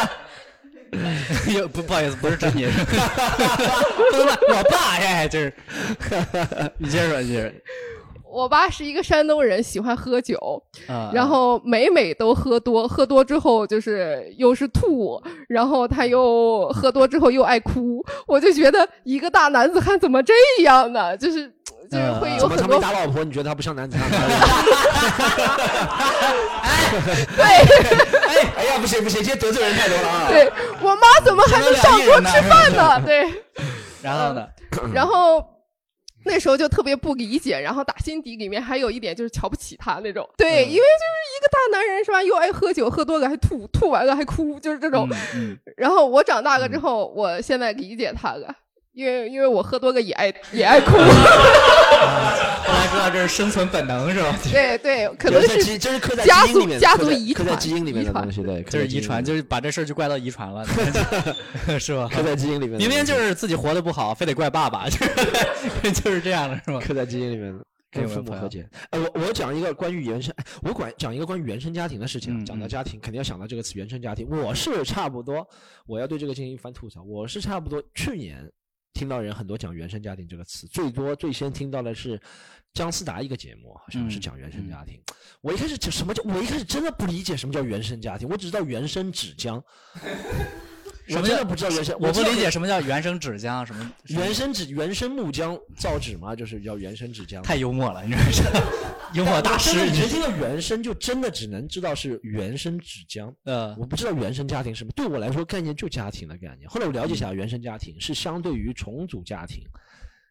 S6: 也不不好意思， 不是指你，不能骂我爸哎， 就是，你接着说，你接着说，
S3: 我爸是一个山东人，喜欢喝酒，
S6: 啊、
S3: 然后每每都喝多，喝多之后就是又是吐，然后他又喝多之后又爱哭， 我就觉得一个大男子汉怎么这样呢？就是就是会有
S7: 嗯怎么
S3: 很
S7: 他
S3: 多
S7: 没打老婆？你觉得他不像男子汉？
S3: 哎
S7: 对，哎呀，不行不行，今天得罪人太多了啊！
S3: 对我妈怎么还能上桌吃饭
S7: 嗯
S3: 呢？对，
S6: 然后呢？
S3: 然后那时候就特别不理解，然后打心底里面还有一点就是瞧不起他那种。
S7: 嗯
S3: 对，因为就是一个大男人是吧，又爱喝酒，喝多了还吐，吐完了还哭，就是这种。
S6: 嗯
S3: 然后我长大了
S7: 嗯
S3: 之后，我现在理解他了。因为因为我喝多了也爱也 爱哭，
S6: 后来知道这是生存本能是吧？
S3: 对对，可
S7: 有
S3: 能
S7: 的在
S3: 是
S7: 基，这是刻在
S3: 家
S7: 基因
S3: 族
S7: 里面的，
S3: 家
S7: 刻
S3: 族
S7: 在
S3: 遗
S7: 刻在
S3: 传
S7: 基因里面
S3: 遗
S7: 的
S3: 传
S7: 东西，对，刻
S6: 就是
S7: 在基
S6: 遗
S7: 因
S6: 传，
S7: 里面
S6: 就是把这事儿就怪到遗传 了，是吧？
S7: 刻在基因里面的东西，
S6: 明明就是自己活得不好，非得怪爸 爸，就是就是这样的，是吧？
S7: 刻在基因里面的。
S6: 哎
S7: 跟
S6: 我
S7: 父
S6: 的
S7: 母
S6: 朋
S7: 和
S6: 友
S7: 解。呃，我我讲一个关于原生，哎我管讲一个关于原生家庭的事情啊。
S6: 嗯
S7: 讲到
S6: 嗯
S7: 家庭，肯定要想到这个词“原生家庭”。我是差不多，我要对这个进行一番吐槽。我是差不多去年听到人很多讲原生家庭这个词，最多最先听到的是姜思达一个节目，好像
S6: 嗯
S7: 是讲原生家庭。我一开始就什么叫？我一开始真的不理解什么叫原生家庭，我只知道原生纸 浆。
S6: 什
S7: 我
S6: 么
S7: 真
S6: 叫
S7: 的不知道原生，
S6: 我不
S7: 知道
S6: 理解什么叫原生纸浆，啊什么什么
S7: 原生纸、原生木浆造纸嘛，就是叫原生纸浆。
S6: 太幽默了，你这是 幽默大师
S7: 但，我
S6: 你
S7: 真的只
S6: 这
S7: 听到原生，就真的只能知道是原生纸浆。
S6: 呃
S7: 我不知道原生家庭是什么，对我来说概念就家庭的概念。后来我了解一下，原生家庭是相对于重组家庭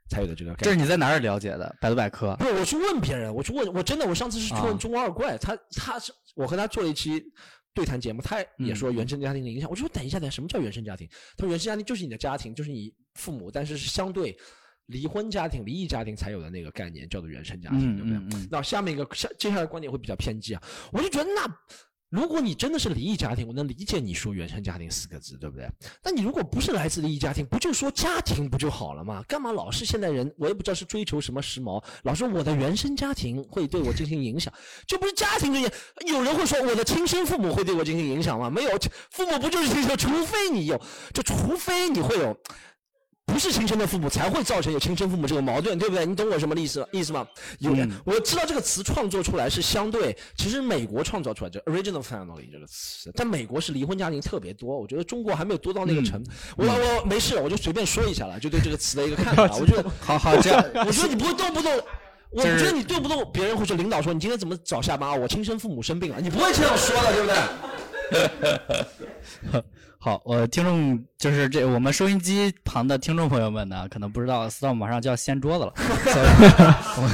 S7: 才有的这个概
S6: 这是
S7: 念。
S6: 你在哪儿了解的？百度百科
S7: 不是，我去问别人，我去问，我真的，我上次是去
S6: 啊
S7: 问中二怪，他他是我和他做了一期对谈节目，他
S6: 嗯
S7: 也说原生家庭的影响。我就说等一下，等一下，什么叫原生家庭？他说原生家庭就是你的家庭，就是你父母，但是是相对离婚家庭、离异家庭才有的那个概念，叫做原生家庭，
S6: 嗯
S7: 对不对？
S6: 嗯嗯
S7: 那下面一个下接下来的观点会比较偏激啊，我就觉得那。如果你真的是离异家庭，我能理解你说“原生家庭”四个字，对不对？但你如果不是来自离异家庭，不就说家庭不就好了吗？干嘛老是现代人，我也不知道是追求什么时髦，老说我的原生家庭会对我进行影响，这不是家庭的影有人会说我的亲生父母会对我进行影响吗？没有，父母不就是亲生？除非你有，就除非你会有不是亲生的父母才会造成有亲生父母这个矛盾，对不对？你懂我什么意思意思吗？有
S6: 嗯
S7: 人、我知道这个词创作出来是相对，其实美国创造出来这 original family 这个词，但美国是离婚家庭特别多，我觉得中国还没有多到那个
S6: 嗯
S7: 程度。我我我没事，我就随便说一下了，就对这个词的一个看法。我觉得
S6: 好好这样，
S7: 我觉得你不会动不动。我
S6: 这
S7: 觉
S6: 是
S7: 得你动不动别人会说领导说你今天怎么早下班啊？我亲生父母生病了，你不会这样说的，对不对？
S6: 好，我听众就是这我们收音机旁的听众朋友们呢，可能不知道 storm 马上就要掀桌子了，所以我们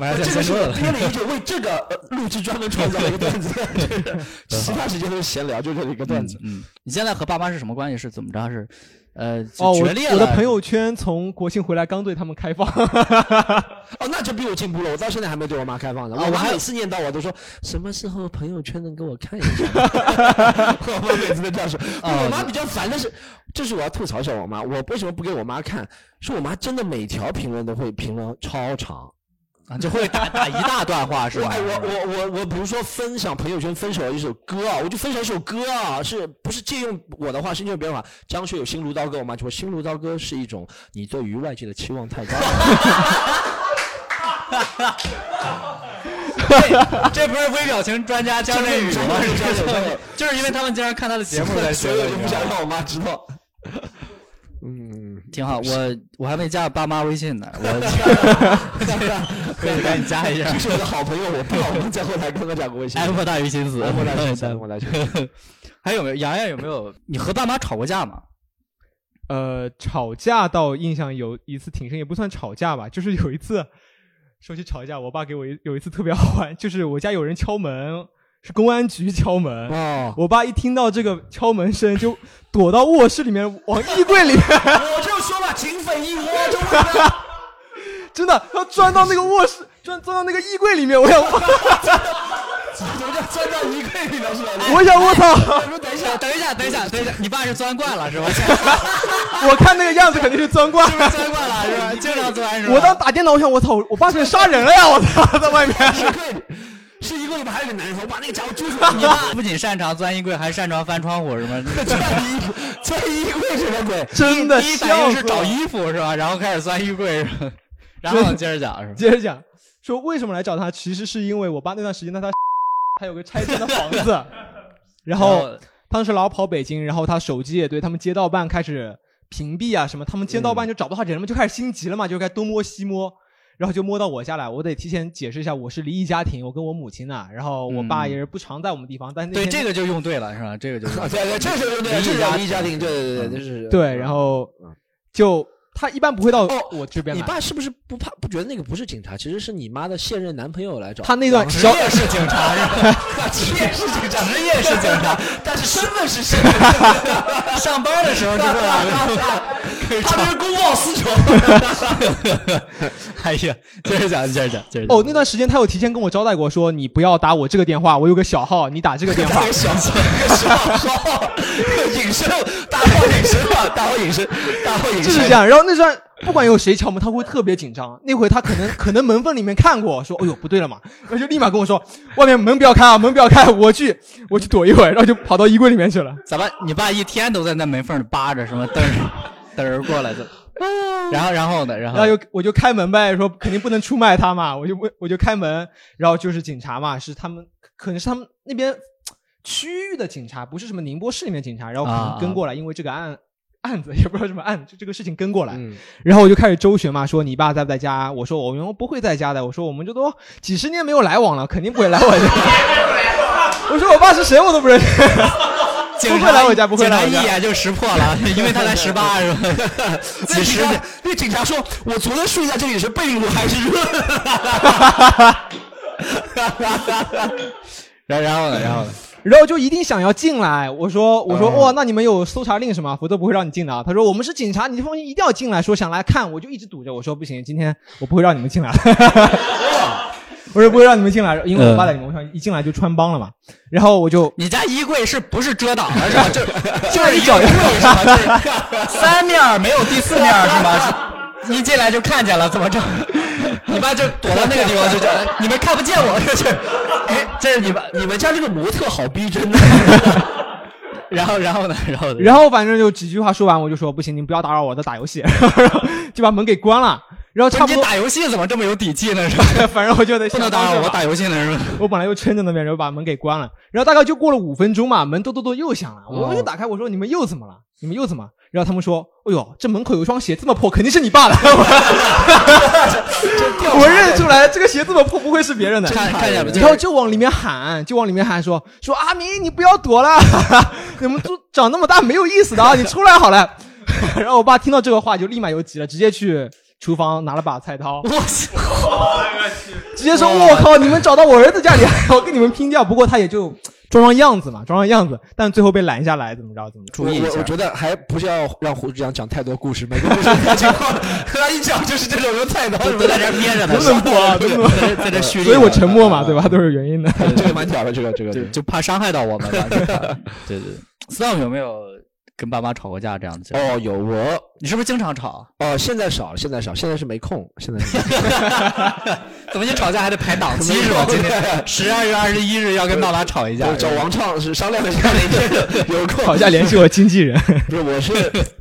S6: 马上就要
S7: 这个
S6: 掀
S7: 是
S6: 桌子
S7: 我
S6: 了。
S7: 编了一句为呃这个呃录制专门创造了一个段子，就是其他时间都是闲聊，就这一个段子。
S6: 嗯，你现在和爸妈是什么关系？是怎么着？是呃
S4: 哦，我
S6: 决裂了？
S4: 我的朋友圈从国庆回来刚对他们开放，
S7: 哦，那就比我进步了，我到现在还没对我妈开放呢。
S6: 啊
S7: 我
S6: 我
S7: 妈
S6: 还
S7: 每次念叨我都说什么时候朋友圈能给我看一下？ 我妈每次都这样说。
S6: 哦
S7: 我妈
S6: 对
S7: 比较烦的是，这是我要吐槽一下我妈，我为什么不给我妈看？是我妈真的每条评论都会评论超长。
S6: 啊就会打打一大段话是
S7: 我
S6: 吧？
S7: 哎，我我我我，比如说分享朋友圈分手一首歌啊，我就分享一首歌啊，是不是借用我的话，是借用别人的话？张学友《新如刀割》，我妈就说《新如刀割》是一种你对于外界的期望太高 了。
S6: 这不是微表情专家姜振宇吗？
S7: 这是张学友张学友
S6: 就是因为他们经常看他的 节目在学
S7: 所以
S6: 的，
S7: 我就
S6: 你
S7: 不
S6: 知道
S7: 想
S6: 吗
S7: 让我妈知道。嗯，
S6: 挺好。我我还没加爸妈微信呢， 我可以赶紧加一下
S7: 这。是我的好朋友，我爸我们在后台刚刚讲过微信。
S6: 爱莫大于心死，
S7: 爱莫大于心死爱
S6: 对
S7: 莫大于心
S6: 还有没有？洋洋有没有？你和爸妈吵过架吗？
S4: 呃，吵架到印象有一次挺深，也不算吵架吧，就是有一次，说起吵架，我爸给我一有一次特别好玩，就是我家有人敲门，是公安局敲门，
S6: 哎
S7: 哦，
S4: 我爸一听到这个敲门声就躲到卧室里面，往衣柜里面，
S6: 哎
S7: 我就说吧，警匪一窝，就为了
S4: 真的要钻到那个卧室，钻钻到那个衣柜里面，我想，
S7: 怎么叫钻到衣柜里面是吧？
S4: 我想，我操！
S6: 哎
S7: 我说等一下，
S6: 等一下，等一下，等一下，你爸是钻惯了是 吧？
S4: 我看那个样子肯定是钻罐。
S6: 钻惯了是吧？经常钻是吧？
S4: 我当时打电脑，我想我操，我爸是杀人了呀！我操，在外面。
S7: 衣柜里是衣柜里面还有个男人，我把那个家伙揪出
S6: 你
S7: 来，
S6: 爸不仅擅长钻衣柜，还擅长翻窗 户是吗？
S7: 钻衣服，钻衣柜什么鬼？
S4: 真的
S6: 第一反应是
S4: 笑死
S6: 找
S4: 我
S6: 衣服是吧？然后开始钻衣柜是吧？然后接着讲是 吧？
S4: 接着讲，说为什么来找他，其实是因为我爸那段时间他 他他有个拆迁的房子， 然后当时老跑北京，然后他手机也对他们街道办开始屏蔽啊什么，他们街道办就找不到他人嘛，就开始心急了嘛，就该东摸西摸。然后就摸到我家来，我得提前解释一下，我是离异家庭，我跟我母亲呐、然后我爸
S6: 嗯
S4: 也是不常在我们地方，但是那
S6: 对
S4: 天
S6: 这个就用对了是吧？这个就用对
S7: 啊，
S6: 了
S7: 对对，这是对对，这是离异家庭，对对对，这是嗯
S4: 对，然后就他一般不会到
S7: 哦
S4: 我这边
S7: 你
S4: 来。
S7: 爸是不是不怕不觉得那个不是警察，其实是你妈的现任男朋友来找
S4: 他那段
S6: 职
S4: 小
S6: 业是警察是 吧？
S7: 职业是警察，职业是警察，但是身份是 现任。
S6: 上班的时候就是吧？
S7: 他这是公报私仇。
S6: 哎呀，接着讲，接着讲，接着讲。
S4: 哦，那段时间他有提前跟我招待过，说你不要打我这个电话，我有个小号，你打这个电话
S7: 打。个小 号，一个小号，一个 隐身，大号隐身吧，大号隐身，大号隐身。
S4: 就是这样，然后那段不管有谁敲门，他会特别紧张。那回他可能可能门缝里面看过，说：“哎呦，不对了嘛！”然后就立马跟我说：“外面门不要开啊，门不要开，我去，我去躲一会儿。”然后就跑到衣柜里面去了。
S6: 咋办？你爸一天都在那门缝里扒着，什么嘚儿嘚儿过来的。
S4: 哎
S6: 然后然后呢？然
S4: 然后
S6: 后
S4: 就我就开门呗，说肯定不能出卖他嘛，我就问我就开门，然后就是警察嘛，是他们可能是他们那边区域的警察，不是什么宁波市里面警察，然后可能跟过来，因为这个案案子也 不知道什么案，就这个事情跟过来，然后我就开始周旋嘛，说你爸在不在家？我说我们不会在家的，我说我们这都几十年没有来往了，肯定不会来我家， 我说我爸是谁我都不认识。
S6: 警
S4: 不
S6: 察
S4: 会来我家，不会
S6: 警
S4: 来
S6: 察
S4: 我
S6: 一
S4: 家。
S6: 眼就识破了， 因为他才十八是吧？
S7: 那警察，那警察说，我昨天睡在这里是被褥 还是润？
S6: 然然后呢？然后呢？
S4: 然后就一定想要进来。我说我说
S6: 嗯
S4: 哇、那你们有搜查令是吗？否则不会让你进的啊。他说我们是警察，你放心，一定要进来。说想来看，我就一直堵着。我说不行，今天我不会让你们进来的。我说不会让你们进来，因为我爸在你们楼上一进来就穿帮了嘛。然后我就
S6: 你家衣柜是不是遮挡的是 吧？就是
S4: 就是一脚
S6: 衣柜是吧？ 就是三面儿没有第四面儿是吧？是一进来就看见了，怎么着？你爸就躲到那个地方，就这，你们看不见我，这是，哎，这是你爸，
S7: 你们家这个模特好逼真的。
S6: 然后然后呢？然后呢？
S4: 然后反正就几句话说完，我就说不行，你们不要打扰我，我在打游戏， 然后就把门给关了。然后差不
S6: 你
S4: 多，
S6: 打游戏怎么这么有底气呢？是吧？
S4: 反正我 就得
S6: 不能打扰我打游戏呢是吧？
S4: 我本来又撑着那边，然后把门给关了，然后大概就过了五分钟嘛，门咚咚咚又响了，我就打开，我说你们又怎么了？你们又怎么？然后他们说，哎呦，这门口有一双鞋这么破，肯定是你爸的。 我认出来，这个鞋这么破，不会是别人的。
S6: 看看见了，
S4: 然后就往里面喊，就往里面喊说说阿明，你不要躲了， 你们都长那么大没有意思的啊，你出来好了。 然后我爸听到这个话就立马又急了，直接去厨房拿了把菜刀，
S6: 我操！
S4: 直接说：“我靠，你们找到我儿子家里，我跟你们拼掉。”不过他也就装装样子嘛，装装样子，但最后被拦下来，怎么着怎么着。
S7: 我我我觉得还不是要让胡局长讲太多故事，每个故事都讲好他一讲就是这种有菜刀什么
S6: 都
S7: 的
S6: 在这儿憋着呢，
S4: 能不能播啊
S6: 在这
S4: 能不能
S6: 在这蓄力呢，
S4: 所以我沉默嘛，对吧？都是有原因的。
S7: 对这个蛮屌的，这个这个
S6: 就就怕伤害到我们吧。 就怕对对对，Storm 有没有跟爸妈吵过架这样的经历？
S7: 哦，有我
S6: 你是不是经常吵？啊
S7: 哦，现在少，现在少，现在是没空，现在是没空
S6: 怎么你吵架还得排档期是吧？今天十二月二十一日要跟爸妈吵一架，
S7: 找王畅是商量一下哪天有空。
S4: 吵架联系我经纪人，
S7: 不是，我是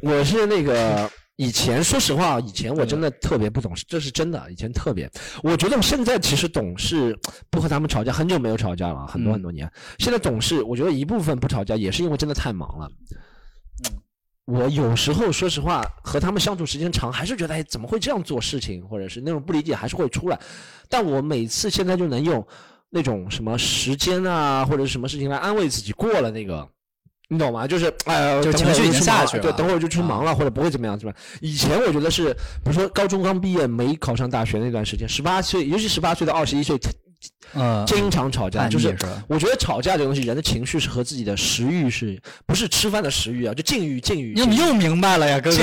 S7: 我是那个以前，说实话，以前我真的特别不懂事，这是真的。以前特别，我觉得我现在其实懂事，不和他们吵架，很久没有吵架了，很多
S6: 嗯
S7: 很多年。现在懂事，我觉得一部分不吵架也是因为真的太忙了。我有时候说实话，和他们相处时间长，还是觉得哎，怎么会这样做事情，或者是那种不理解还是会出来。但我每次现在就能用那种什么时间啊，或者是什么事情来安慰自己，过了那个，你懂吗？就是哎，
S6: 就
S7: 等
S6: 情
S7: 会儿
S6: 绪
S7: 就
S6: 已经
S7: 去
S6: 下
S7: 忙
S6: 去
S7: 对，
S6: 了
S7: 等会儿就去
S6: 啊
S7: 忙了，或者不会怎么样，是吧？以前我觉得是，比如说高中刚毕业没考上大学那段时间，十八岁，尤其十八岁到二十一岁，
S6: 嗯，
S7: 经常吵架，
S6: 叛逆
S7: 就是
S6: 是吧
S7: 我觉得吵架这个东西，人的情绪是和自己的食欲是不是吃饭的食欲啊？就境遇，境遇，
S6: 你怎么
S7: 境遇
S6: 又明白了呀，哥哥？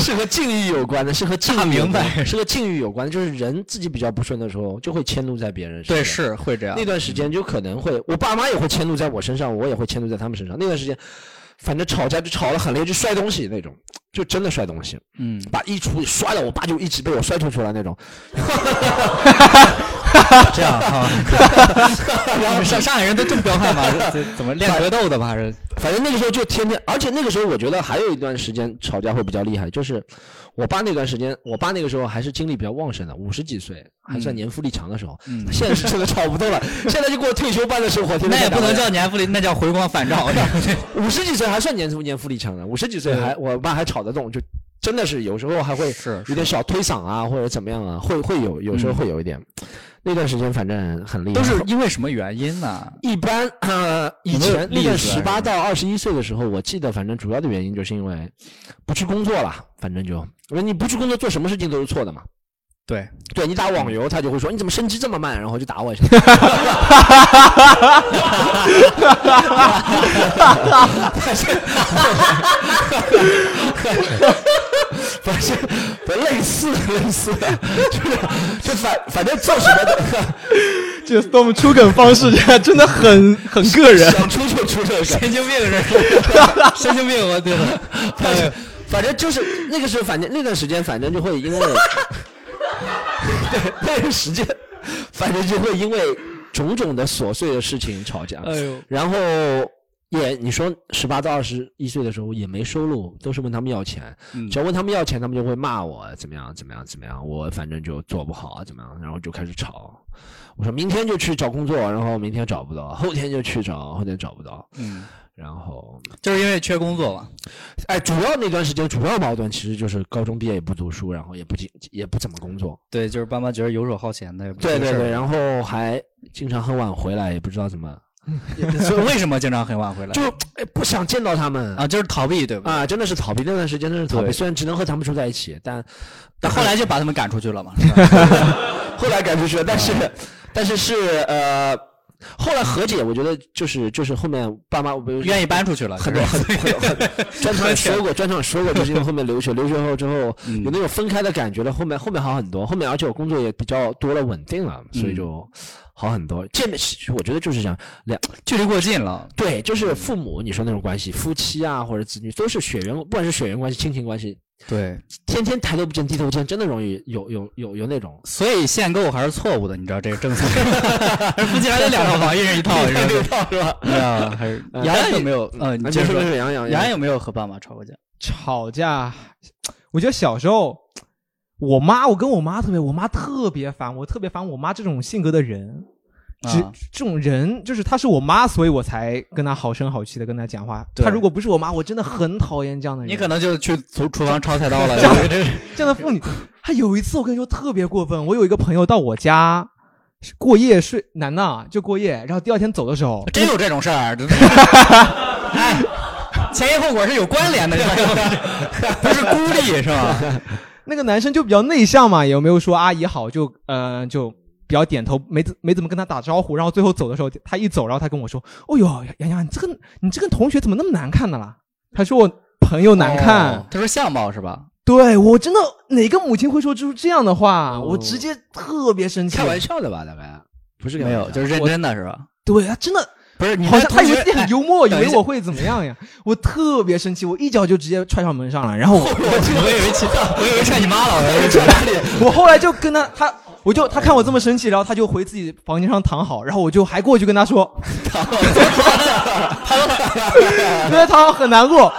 S7: 是和境遇有关的，是和境遇
S6: 大明
S7: 有关
S6: 白
S7: 是和境遇有关的，就是人自己比较不顺的时候，就会迁怒在别人身上。
S6: 对，是啊会这样
S7: 那。段时间就可能会，我爸妈也会迁怒在我身上，我也会迁怒在他们身上。那段时间，反正吵架就吵得很累，就摔东西那种，就真的摔东西，
S6: 嗯，
S7: 把衣橱摔了，我爸就一直被我摔出去了那种。
S6: 这 样哈。 然后上上海人都这么彪悍吗？ 这这怎么练格斗的吗？还是
S7: 反正那个时候就天天，而且那个时候我觉得还有一段时间吵架会比较厉害，就是我爸那段时间，我爸那个时候还是精力比较旺盛的，五十几岁还算年富力强的时候，
S6: 嗯
S7: 他现在是真的吵不动 了，现在就过退休般的生活，天天
S6: 那也
S7: 在打
S6: 不能
S7: 牌
S6: 叫年富力，那叫回光返 照。
S7: 五十几岁还算年富年富力强的，五十几岁还我爸还吵得动，就真的是有时候还会
S6: 是
S7: 有点小推搡啊，或者怎么样啊，会会有有时候会有一点。那段时间反正很厉害，
S6: 嗯都是因为什么原因呢？
S7: 一般呃，以
S6: 有没有
S7: 前那
S6: 例
S7: 个
S6: 子啊
S7: 十八到二十一岁的时候，我记得反正主要的原因就是因为不去工作了，反正就因为你不去工作做什么事情都是错的嘛。
S6: 对，
S7: 对你打网游，他就会说你怎么升级这么慢，然后就打我一下。反正反正类似类似的，就是就反反正做什么都
S4: 这个 Storm 出梗方式真的很很个 人。
S7: 想出就出这个。
S6: 神经病是， 神经病我对了。
S7: 反正反正就是那个时候，反正那段时间，反正就会因为 对那段时间，
S4: 呃
S7: 反正就会因为种种的琐碎的事情吵架。
S6: 哎呦，
S7: 然后也你说十八到二十一岁的时候也没收入，都是问他们要钱，
S6: 嗯
S7: 只要问他们要钱，他们就会骂我怎么样怎么样怎么样，我反正就做不好怎么样，然后就开始吵。我说明天就去找工作，然后明天找不到，后天就去找，后天找不到，
S6: 嗯，
S7: 然后
S6: 就是因为缺工作嘛。
S7: 哎，主要那段时间主要矛盾其实就是高中毕业也不读书，然后也不进也不怎么工作，
S6: 对，就是爸妈觉得游手好闲的，也不
S7: 对
S6: 是
S7: 对
S6: 事儿
S7: 对，然后还经常很晚回来，也不知道怎么，
S6: 所以为什么经常很晚回来？
S7: 就哎不想见到他们
S6: 啊，就是逃避，对吧？
S7: 啊，真的是逃避那段时间，真的是逃避。
S6: 对
S7: 虽然只能和他们住在一起，但
S6: 但后来就把他们赶出去了嘛，
S7: 嗯
S6: 是吧？
S7: 后来赶出去了，但是、但是是呃，后来和解，我觉得就是就是后面爸妈不
S6: 愿意搬出去了，
S7: 很
S6: 就
S7: 多
S6: 是
S7: 很多 很多很多专场也说过，专场也说过，就是因为后面留学，留学后之后
S6: 嗯
S7: 有那种分开的感觉了，后面后面好很多，后面而且我工作也比较多了，稳定了，嗯所以就好很多。见面我觉得就是这样，两
S6: 距离过 近了。
S7: 对，就是父母你说那种关系，夫妻啊或者子女都是血缘，不管是血缘关系、亲情关系，
S6: 对，
S7: 天天抬头不见低头见，真的容易有有有有那种。
S6: 所以限购还是错误的，你知道这个 政策。 夫妻还得两套房，一人一套，是吧？
S7: 套是吧？
S6: 对啊，还是
S7: 呃
S6: 杨
S7: 但
S6: 洋
S7: 是
S6: 有没有？呃，你
S7: 啊
S6: 接
S7: 没
S6: 着
S7: 事没
S6: 说。
S7: 事，杨洋
S6: 杨洋有没有和爸妈吵过架？
S4: 吵架，我觉得小时候，我妈，我跟我妈特别，我妈特别烦，我特别烦我妈这种性格的人。只、
S6: 啊
S4: 这种人，就是她是我妈，所以我才跟她好声好气的跟她讲话。
S6: 对
S4: 她如果不是我妈，我真的很讨厌这样的人。
S6: 你可能就去厨厨房抄 菜刀了。
S4: 这样这样的妇女，她有一次我跟你说特别过分，我有一个朋友到我家是过夜睡，男的啊就过夜，然后第二天走的时候，
S6: 真有这种事儿，真的。 哎，前因后果是有关联的，是吧 不是孤立是吧？
S4: 那个男生就比较内向嘛，也没有说阿姨好，就嗯、呃就比较点头，没怎没怎么跟他打招呼。然后最后走的时候，他一走，然后他跟我说：“哦呦，洋洋，你这个你这个同学怎么那么难看的啦？”他说我朋友难看，
S6: 哦他说相貌是吧？
S4: 对我真的哪个母亲会说出这样的话？我直接特别生气
S7: 开。玩笑的吧？大概不是开
S6: 没
S7: 玩
S6: 有，
S7: 笑
S6: 就是认真的是吧？
S4: 对啊，真的
S6: 不是，你
S4: 好
S6: 这
S4: 像他以为自己
S6: 同
S4: 很
S6: 学哎
S4: 幽默，以
S6: 等一
S4: 为
S6: 下
S4: 我会怎么样呀？我特别生气，我一脚就直接踹上门上了。然后我
S6: 哎我以为气，我以为劝你妈了，我以为
S4: 我后来就跟他，他我就他看我这么生气，然后他就回自己房间上躺好，然后我就还过去跟他说， 躺好，对，躺好很难过，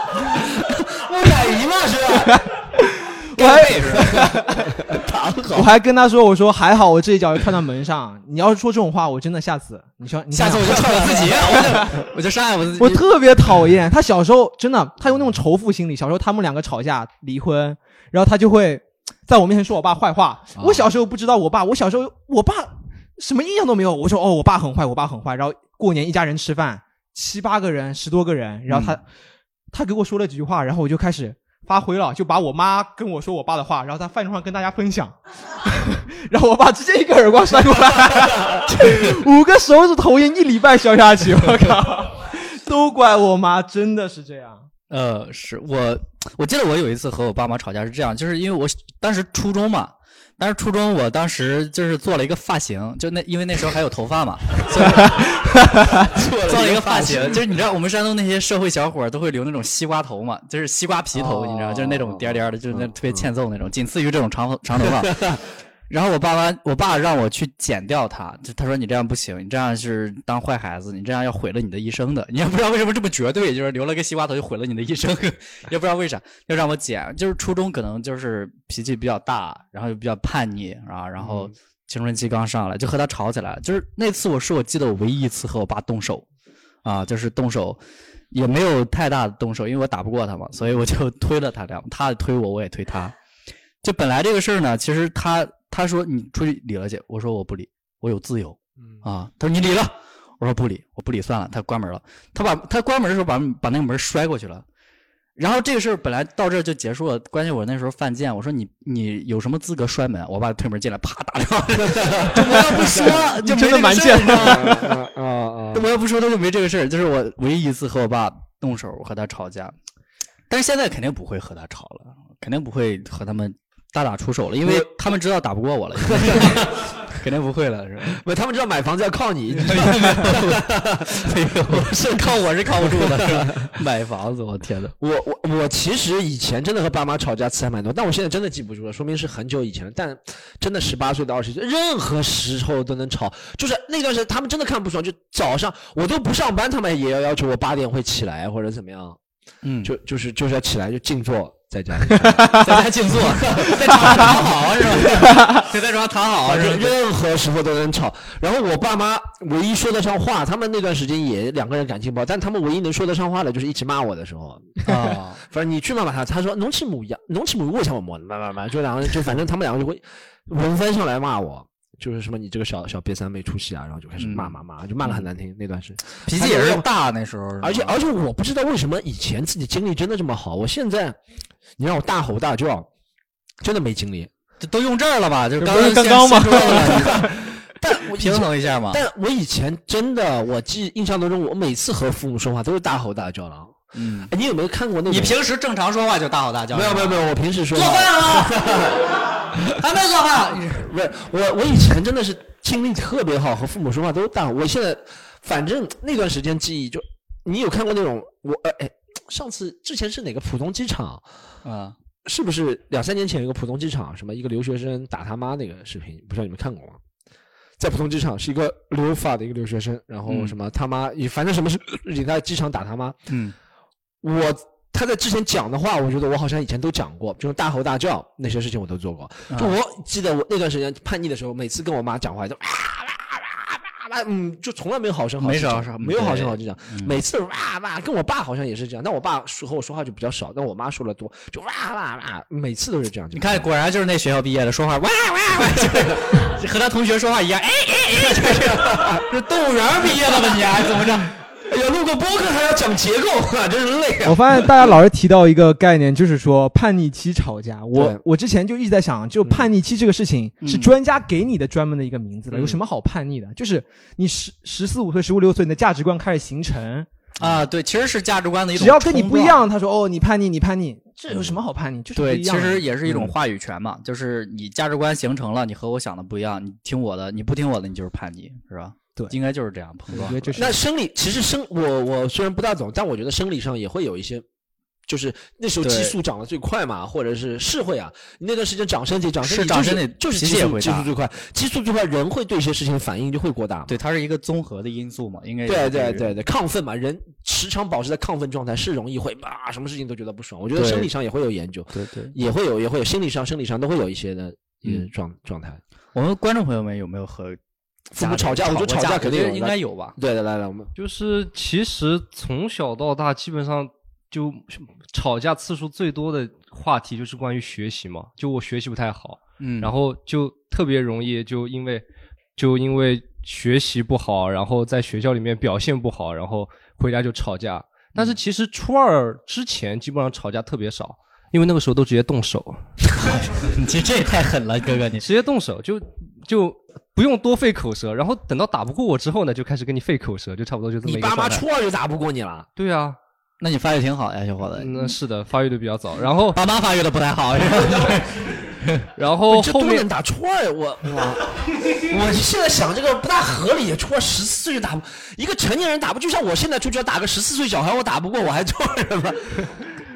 S7: 木乃伊嘛是吧？
S4: 我还我还跟他说，我说还好我这一脚就踹到门上，你要是说这种话，我真的下次你说你
S6: 下次我就踹我自己，我就我就伤害我自己。
S4: 我特别讨厌他小时候真的，他有那种仇富心理。小时候他们两个吵架离婚，然后他就会在我面前说我爸坏话。我小时候不知道我爸，我小时候我爸什么印象都没有。我说哦，我爸很坏，我爸很坏。然后过年一家人吃饭，七八个人，十多个人，然后他、他给我说了几句话，然后我就开始。发挥了，就把我妈跟我说我爸的话，然后在饭桌上跟大家分享， 然后我爸直接一个耳光扇过来，五个手指头印一礼拜消下去，我靠！都怪我妈，真的是这样。
S6: 呃，是我，我记得我有一次和我爸妈吵架是这样，就是因为我当时初中嘛，当时初中我当时就是做了一个发型，就那因为那时候还有头发嘛，所以我 做了一个发型，就是你知道我们山东那些社会小伙儿都会留那种西瓜头嘛，就是西瓜皮头，你知道，就是那种颠儿颠儿的，就是那特别欠揍那种，仅次于这种长头长头发。然后我爸妈，我爸让我去剪掉它，就他说你这样不行，你这样是当坏孩子，你这样要毁了你的一生的。 你也不知道为什么这么绝对，就是留了个西瓜头就毁了你的一生， 也不知道为啥要让我剪。就是初中可能就是脾气比较大，然后又比较叛逆啊，然后青春期刚上来就和他吵起来了。就是那次我是我记得我唯一一次和我爸动手，啊，就是动手。也没有太大的动手，因为我打不过他嘛，所以我就 推了他两，他推我，我也推他。就本来这个事儿呢，其实他他说你出去理了去，我说我不理，我有自由啊。他说你理了，我说不理，我不理算了。他关门了，他把他关门的时候把把那个门摔过去了。然后这个事儿本来到这儿就结束了，关键我那时候犯贱，我说你你有什么资格摔门？啊我爸推门进来，啪打掉了。 就我要 不说，就
S4: 真
S6: 没
S4: 的
S6: 这个
S4: 蛮
S6: 事儿
S4: 贱
S6: 你知道吗
S7: 啊啊啊
S6: 那！我要不 说他就没这个事儿，这是我唯一一次和我爸动手和他吵架，但是现在肯定不会和他吵了，肯定不会和他们大打出手了，因为他们知道打不过我了， 肯定不会了，是吧？
S7: 不，他们知道买房子要靠你，
S6: 没 有，是靠我是靠不住的，是 吧？买房子，我天呐。
S7: 我我我其实以前真的和爸妈吵架次还蛮多，但我现在真的记不住了，说明是很久以前了。但真的十八岁到二十岁，任何时候都能吵，就是那段时间他们真的看不爽，就早上我都不上班，他们也要要求我八点会起来或者怎么样，
S6: 嗯，
S7: 就就是就是要起来就静坐在家里，
S6: 在家静 坐，在床上躺
S7: 啊
S6: 好是吧？就啊在床上躺好
S7: 反
S6: 是吧
S7: 正？任何时候都能吵。然后我爸妈唯一说得上话，他们那段时间也两个人感情不好，但他们唯一能说得上话的就是一直骂我的时候。
S6: 啊，
S7: 反正你去骂骂他，他说侬去母羊，侬去母我想我摸，慢慢慢，就两个人就反正他们两个就会 轮番上来骂我，就是什么你这个小小瘪三没出息啊，然后就开始骂
S6: 嗯嗯
S7: 骂骂，就骂的很难听那段时间。
S6: 脾气也是大那时候，
S7: 而且而且我不知道为什么以前自己精力真的这么好，我现在你让我大吼大叫，真的没精力。
S6: 且都用这儿了吧？就
S4: 这
S6: 刚
S4: 不是刚刚吗
S6: 先说 了吧
S7: 但我以前
S6: 平衡一下嘛。
S7: 但我以前真的，我记印象当中，我每次和父母说话都是大吼大叫的。
S6: 嗯，
S7: 哎你有没有看过那种？
S6: 你平时正常说话就大吼大叫，
S7: 没有没有没有，我平时说
S6: 做
S7: 话
S6: 饭了， 还没做饭。
S7: 不是我，我以前真的是精力特别好，和父母说话都大。我现在反正那段时间记忆就，你有看过那种我呃哎，上次之前是哪个浦东机场？
S6: 嗯，
S7: 是不是两三年前有一个浦东机场什么一个留学生打他妈那个视频？不知道你们看过吗？在浦东机场是一个留法的一个留学生，然后
S6: 嗯
S7: 什么他妈也反正什么事情在机场打他妈。
S6: 嗯，
S7: 我他在之前讲的话，我觉得我好像以前都讲过，就是大吼大叫那些事情我都做过。
S6: 嗯
S7: 就我记得我那段时间叛逆的时候，每次跟我妈讲话就啊哇哇哇哇，嗯，就从来没有好声好气
S6: 没啥
S7: 讲
S6: 啥
S7: 没有好声
S6: 对
S7: 好气讲，
S6: 嗯
S7: 每次哇哇，跟我爸好像也是这样，但我爸说和我说话就比较少，但我妈说的多，就哇哇哇，每次都是这样。
S6: 你
S7: 你
S6: 看，果然就是那学校毕业的，说话哇哇哇，就是 和他同学说话一样，哎哎哎，就是这动物园毕业了吧你还怎么着？
S7: 哎呀，录个播客还要讲结构啊，真是累啊！
S4: 我发现大家老是提到一个概念，就是说叛逆期吵架。我
S7: 对
S4: 我之前就一直在想，就叛逆期这个事情是专家给你的专门的一个名字了，
S6: 嗯
S4: 有什么好叛逆的？就是你十十四五岁、十五六岁，你的价值观开始形成，
S6: 啊，对，其实是价值观的一种
S4: 只要跟你不一
S6: 冲撞。嗯
S4: 样，他说哦你叛逆，你叛逆，这有什么好叛逆？就是不
S6: 对，
S4: 一样
S6: 其
S4: 啊。
S6: 实也是一种话语权嘛，就是你价值观形成了，你和我想的不一样，你听我的，你不听我的，你就是叛逆，是吧？
S4: 对
S6: 应该就是这样碰
S4: 我
S6: 撞
S4: 觉。得这是
S7: 那生理其实生我我虽然不大懂，但我觉得生理上也会有一些。就是那时候
S6: 对
S7: 激素涨得最快嘛，或者是是会啊，你那段时间长身体，长身体
S6: 是长
S7: 就是
S6: 身体
S7: 就是
S6: 脾
S7: 激
S6: 气也
S7: 素
S6: 会
S7: 激
S6: 大
S7: 素最快，激素最快，人会对一些事情反应就会过大嘛。
S6: 对，它是一个综合的因素嘛，应该也
S7: 对
S6: 是
S7: 对
S6: 这个
S7: 对对，亢奋嘛，人时常保持在亢奋状态是容易会啊，什么事情都觉得不爽。我觉得
S6: 对
S7: 生理上也会有研究，
S6: 对对。
S7: 也会有也会有心理上、生理上都会有一些的呃
S6: 嗯
S7: 状状态。
S6: 我们观众朋友们有没有和
S7: 父母
S6: 家
S7: 吵架
S6: 人
S7: 我觉得
S6: 过
S7: 吵架肯定
S6: 我觉
S7: 有
S6: 得应该有吧。
S7: 对的，来来，我们
S8: 就是其实从小到大，基本上就吵架次数最多的话题就是关于学习嘛。就我学习不太好，
S6: 嗯
S8: 然后就特别容易就因为就因为学习不好，然后在学校里面表现不好，然后回家就吵架。但
S7: 嗯
S8: 是其实初二之前基本上吵架特别少，因为那个时候都直接动手，
S6: 你这这也太狠了，哥哥你。
S8: 直接动手就就不用多费口舌。然后等到打不过我之后呢，就开始跟你费口舌，就差不多就这么
S7: 你
S8: 一个
S7: 爸
S8: 状态。
S7: 妈初二就打不过你了，
S8: 对啊，
S6: 那你发育挺好呀，小伙子。
S7: 嗯
S6: 嗯
S8: 嗯那是的，发育的比较早。然后
S6: 爸妈发育的不太好，是吧
S8: 然后
S7: 这
S8: 后
S7: 都能
S8: 面
S7: 打初二，我我我现在想这个不大合理，初二十四岁就打不，一个成年人打不，就像我现在出去要打个十四岁小孩，我打不过我还叫人吗？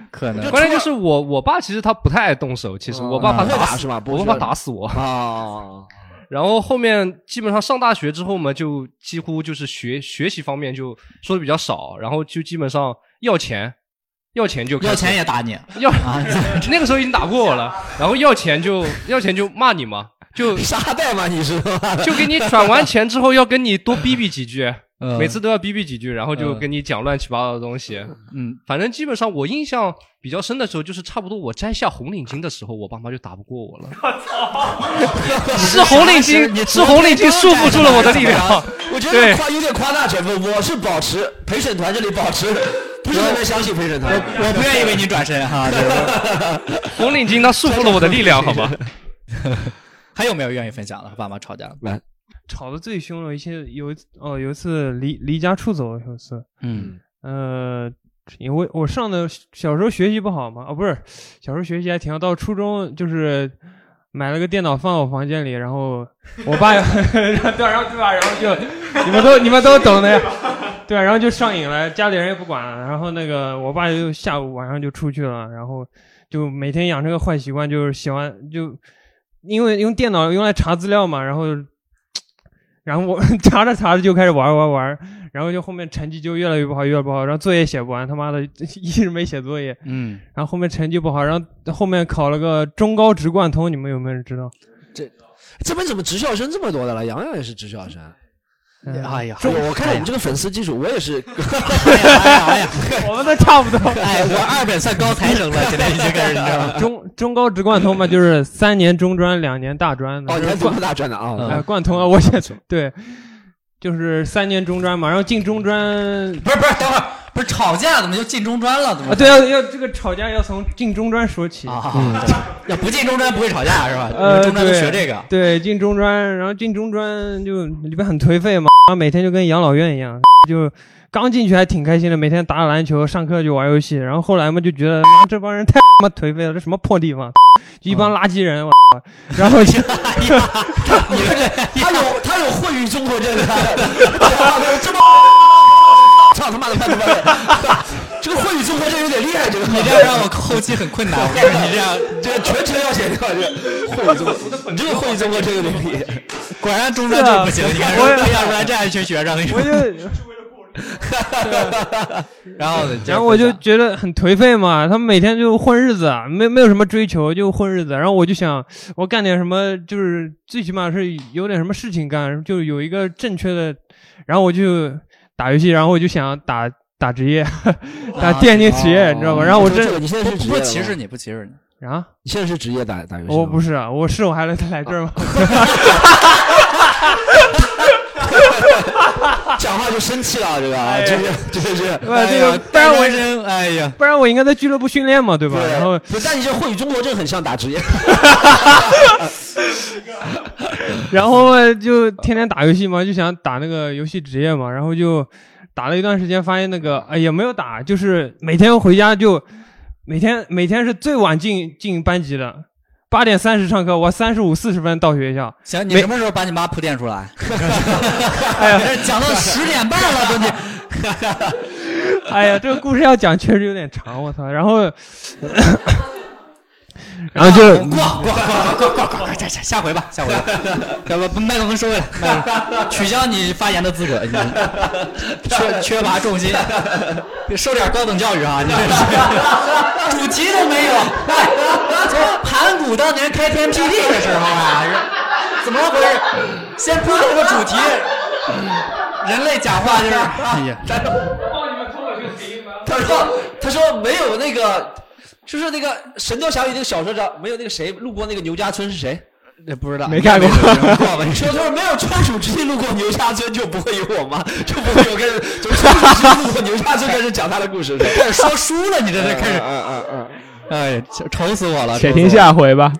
S6: 可能
S8: 关键就是我我爸其实他不太爱动手，其实
S7: 哦
S8: 我爸
S7: 啊
S8: 怕
S7: 不会
S8: 打
S7: 打
S8: 死
S7: 是吧？不
S8: 我
S7: 是
S8: 爸怕打死我。
S7: 啊，
S8: 然后后面基本上上大学之后嘛，就几乎就是学学习方面就说的比较少，然后就基本上要钱，要钱就开始
S6: 要钱也啊打你。
S8: 要 那个时候已经打不过我了，然后要钱就要钱就骂你嘛，就
S7: 沙袋吗？你是
S8: 就给你转完钱之后要跟你多逼逼几句，
S6: 嗯
S8: 每次都要逼逼几句，然后就
S6: 嗯
S8: 跟你讲乱七八糟的东西。
S6: 嗯，
S8: 反正基本上我印象比较深的时候，就是差不多我摘下红领巾的时候，我爸妈就打不过我了。是红领巾，是红领巾束缚住了我的力量。
S7: 我觉
S8: 对
S7: 得夸有点夸大成分，我是保持陪审团这里保持，不是特别相信陪审团。 哎
S6: 我不愿意为你转身啊哈。这个
S8: 红领巾它束缚了我的力量，好吧？
S6: 还有没有愿意分享的？和爸妈吵架的？
S9: 吵得最凶了一些，有一次哦，有一次离离家出走，有一次，
S6: 嗯
S9: 呃，因为我上的小时候学习不好嘛，啊不是，小时候学习还挺好，到初中就是买了个电脑放我房间里，然后我爸 对啊，然后对吧，然后就你们都你们都懂的呀，对啊，然后就上瘾了，家里人也不管了，然后那个我爸就下午晚上就出去了，然后就每天养成个坏习惯，就是喜欢就因为用电脑用来查资料嘛，然后。然后我 查着查着就开始玩玩玩，然后就后面成绩就越来越不好，越来越不好，然后作业写不完，他妈的 一直没写作业，
S6: 嗯，
S9: 然后后面成绩不好，然后后面考了个中高职贯通，你们有没有人知道？
S7: 这边怎么职校生这么多的了？洋洋也是职校生。
S6: 哎呀，
S7: 这我看我们这个粉丝基础，我也是，
S9: 我们都差不多。
S6: 哎，我二本算高材生了，现在已经开始，你知 道吗？
S9: 中中高职贯通嘛，就是三年中专，两年大专 的。
S7: 哦，你还读
S9: 贯
S7: 过大专的
S6: 嗯
S7: 啊？
S9: 哎贯通啊，我也对，就是三年中专嘛，然后进中专
S6: 不是不是，等会儿不是吵架怎么就进中专了？怎么
S9: 啊，对，要要这个吵架要从进中专说起。
S6: 啊，要不进中专不会吵架是吧？
S9: 呃
S6: 中专都
S9: 对
S6: 学这个，
S9: 对，进中专，然后进中专就里边很颓废嘛，然后每天就跟养老院一样，就刚进去还挺开心的，每天打打篮球，上课就玩游戏，然后后来嘛就觉得妈这帮人太他妈颓废了，这什么破地方，就一帮
S6: 啊
S9: 垃圾人，我操然后 就
S7: 他 有他有混于中国这个，这么操他妈的，快他妈的，这个混于中国这有点厉害，这个
S6: 你这样让我后期很困难。我跟你说，你这样
S7: 这个全程要写掉，这个混于 中国，你这个混于中国这有点厉害。
S6: 果然中专就是不行，你看，要不然这样一群学生，
S9: 我就
S6: 然后呢
S9: 然后我就觉得很颓废嘛，他们每天就混日子，啊没没有什么追求，就混日子。啊然后我就想，我干点什么，就是最起码是有点什么事情干，就有一个正确的。然后我就打游戏，然后我就想打打职业，打电竞 职业，你知道吗？然后我
S7: 这
S9: 真
S7: 个哦你现在
S6: 不
S7: 是职业
S6: 不歧视你，不歧视你。
S9: 啊，
S7: 你现在是职业打打游戏？
S9: 我不，是啊，我是我还来来这儿吗？
S7: 讲话就生气了，这个啊这个这个这个。
S9: 哎对，这个不
S6: 但
S9: 然
S6: 是我
S9: 我
S6: 真哎呀，
S9: 不然我应该在俱乐部训练嘛，对吧？然后
S7: 不，但你这混于中国这个很像打职业，
S9: 然后就天天打游戏嘛，就想打那个游戏职业嘛，然后就打了一段时间，发现那个哎也没有打，就是每天回家就每天每天是最晚进进班级的，八点三十上课，我三十五四十分到学校，
S6: 行，你
S9: 没
S6: 什么时候把你妈铺垫出来？ 哎呀， 讲到十点半了都你，
S9: 哎呀，这个故事要讲确实有点长，我操，然后 然后就
S6: 过过过过过过过，下下下回吧，下 回吧，要不麦克风收回来麦克风， 取消你发言的资格， 你缺缺乏重心，受点高等教育啊，你这是主题都没有，哎，从盘古当年开天辟地的时候啊，是怎么回事？先铺这个主题，人类讲话就是，哎呀，
S7: 他说他说没有那个，就是那个《神雕侠侣》那个小说上没有那个谁路过那个牛家村是谁？
S6: 这呃不知道
S9: 没看 过。
S7: 说他说没有川蜀之地路过牛家村就不会有我妈，就不会有开始从川蜀之地路过牛家村开始讲他的故事。
S6: 开始说书了，你这这开始，
S7: 嗯嗯嗯，
S6: 哎，愁死我了。
S4: 且
S6: 愁死我
S4: 听
S6: 了
S4: 下回吧。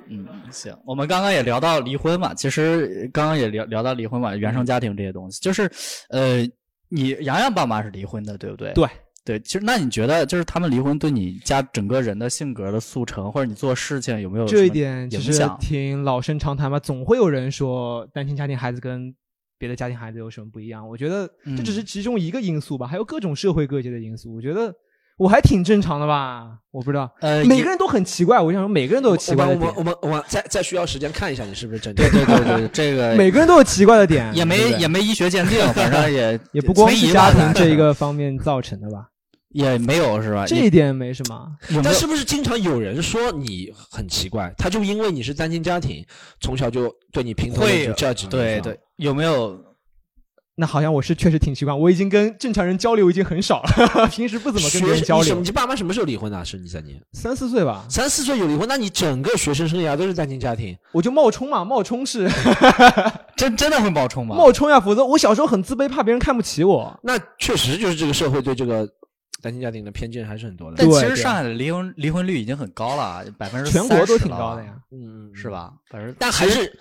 S6: 行，我们刚刚也聊到离婚嘛，其实刚刚也聊聊到离婚嘛，原生家庭这些东西，就是呃，你洋洋爸妈是离婚的，对不对？
S4: 对
S6: 对，其实那你觉得就是他们离婚对你家整个人的性格的塑成，或者你做事情有没有
S4: 这一
S6: 什么
S4: 点其
S6: 影
S4: 实
S6: 响？
S4: 挺老生常谈吧，总会有人说单亲家庭孩子跟别的家庭孩子有什么不一样。我觉得这只是
S6: 嗯
S4: 其中一个因素吧，还有各种社会各界的因素。我觉得我还挺正常的吧，我不知道，
S6: 呃，
S4: 每
S6: 也
S4: 个人都很奇怪。我想说，每个人都有奇怪的
S7: 我们
S4: 点
S7: 我，们我们再再需要时间看一下你是不是真的。
S6: 对 对对对，这个
S4: 每个人都有奇怪的点，
S6: 也没
S4: 对不对
S6: 也没医学鉴定， 反正也
S4: 也不光
S6: 存
S4: 是
S6: 疑
S4: 家
S6: 吧
S4: 庭 这一，
S6: 咱
S4: 个方面造成的吧，
S6: 也没有是吧？
S4: 这
S6: 啊也
S4: 一点没什么。
S6: 有没
S7: 但
S6: 有
S7: 是不是经常有人说你很奇怪？他就因为你是单亲家庭，从小就对你评头论
S6: 会
S7: 足，judge 你
S6: 对对，有没有
S4: 那好像我是确实挺奇怪，我已经跟正常人交流已经很少了， 平时不怎么跟别
S7: 学
S4: 人交
S7: 你什
S4: 流
S7: 么？。你爸妈什么时候离婚的、是你三年、
S4: 三四岁吧，
S7: 三四岁有离婚？那你整个学生生涯都是单亲家庭？
S4: 我就冒充嘛，冒充是
S6: 真真的会冒充吗？
S4: 冒充呀，否则我小时候很自卑，怕别人看不起我。
S7: 那确实就是这个社会对这个单亲家庭的偏见还是很多的。
S6: 但
S4: 对
S6: 其实
S4: 对
S6: 上海的离婚离婚率已经很高了，百分之
S4: 全国都挺高的。呀。
S7: 嗯，
S6: 是？吧？反正
S7: 但还是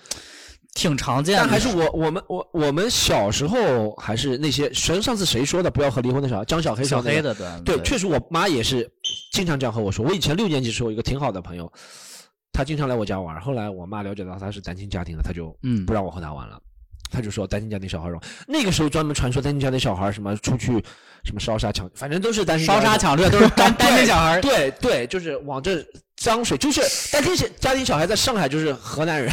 S6: 挺常见的。
S7: 但还是我我们我我们小时候还是那些，谁上次谁说的不要和离婚那啥？张小黑说那个
S6: 小黑的段
S7: 对，
S6: 对
S7: 确实我妈也是经常这样和我说。我以前六年级时候有一个挺好的朋友，他经常来我家玩，后来我妈了解到他是单亲家庭的，他就
S6: 嗯
S7: 不让我和他玩了。他就说单亲家庭小孩儿容那个时候专门传说单亲家庭小孩儿什么出去什么烧杀抢，反正都是单亲家
S6: 烧
S7: 庭
S6: 杀抢掠都是单单身小孩儿。
S7: 对对，就是往这脏水，就是单亲小家庭小孩在上海就是河南人，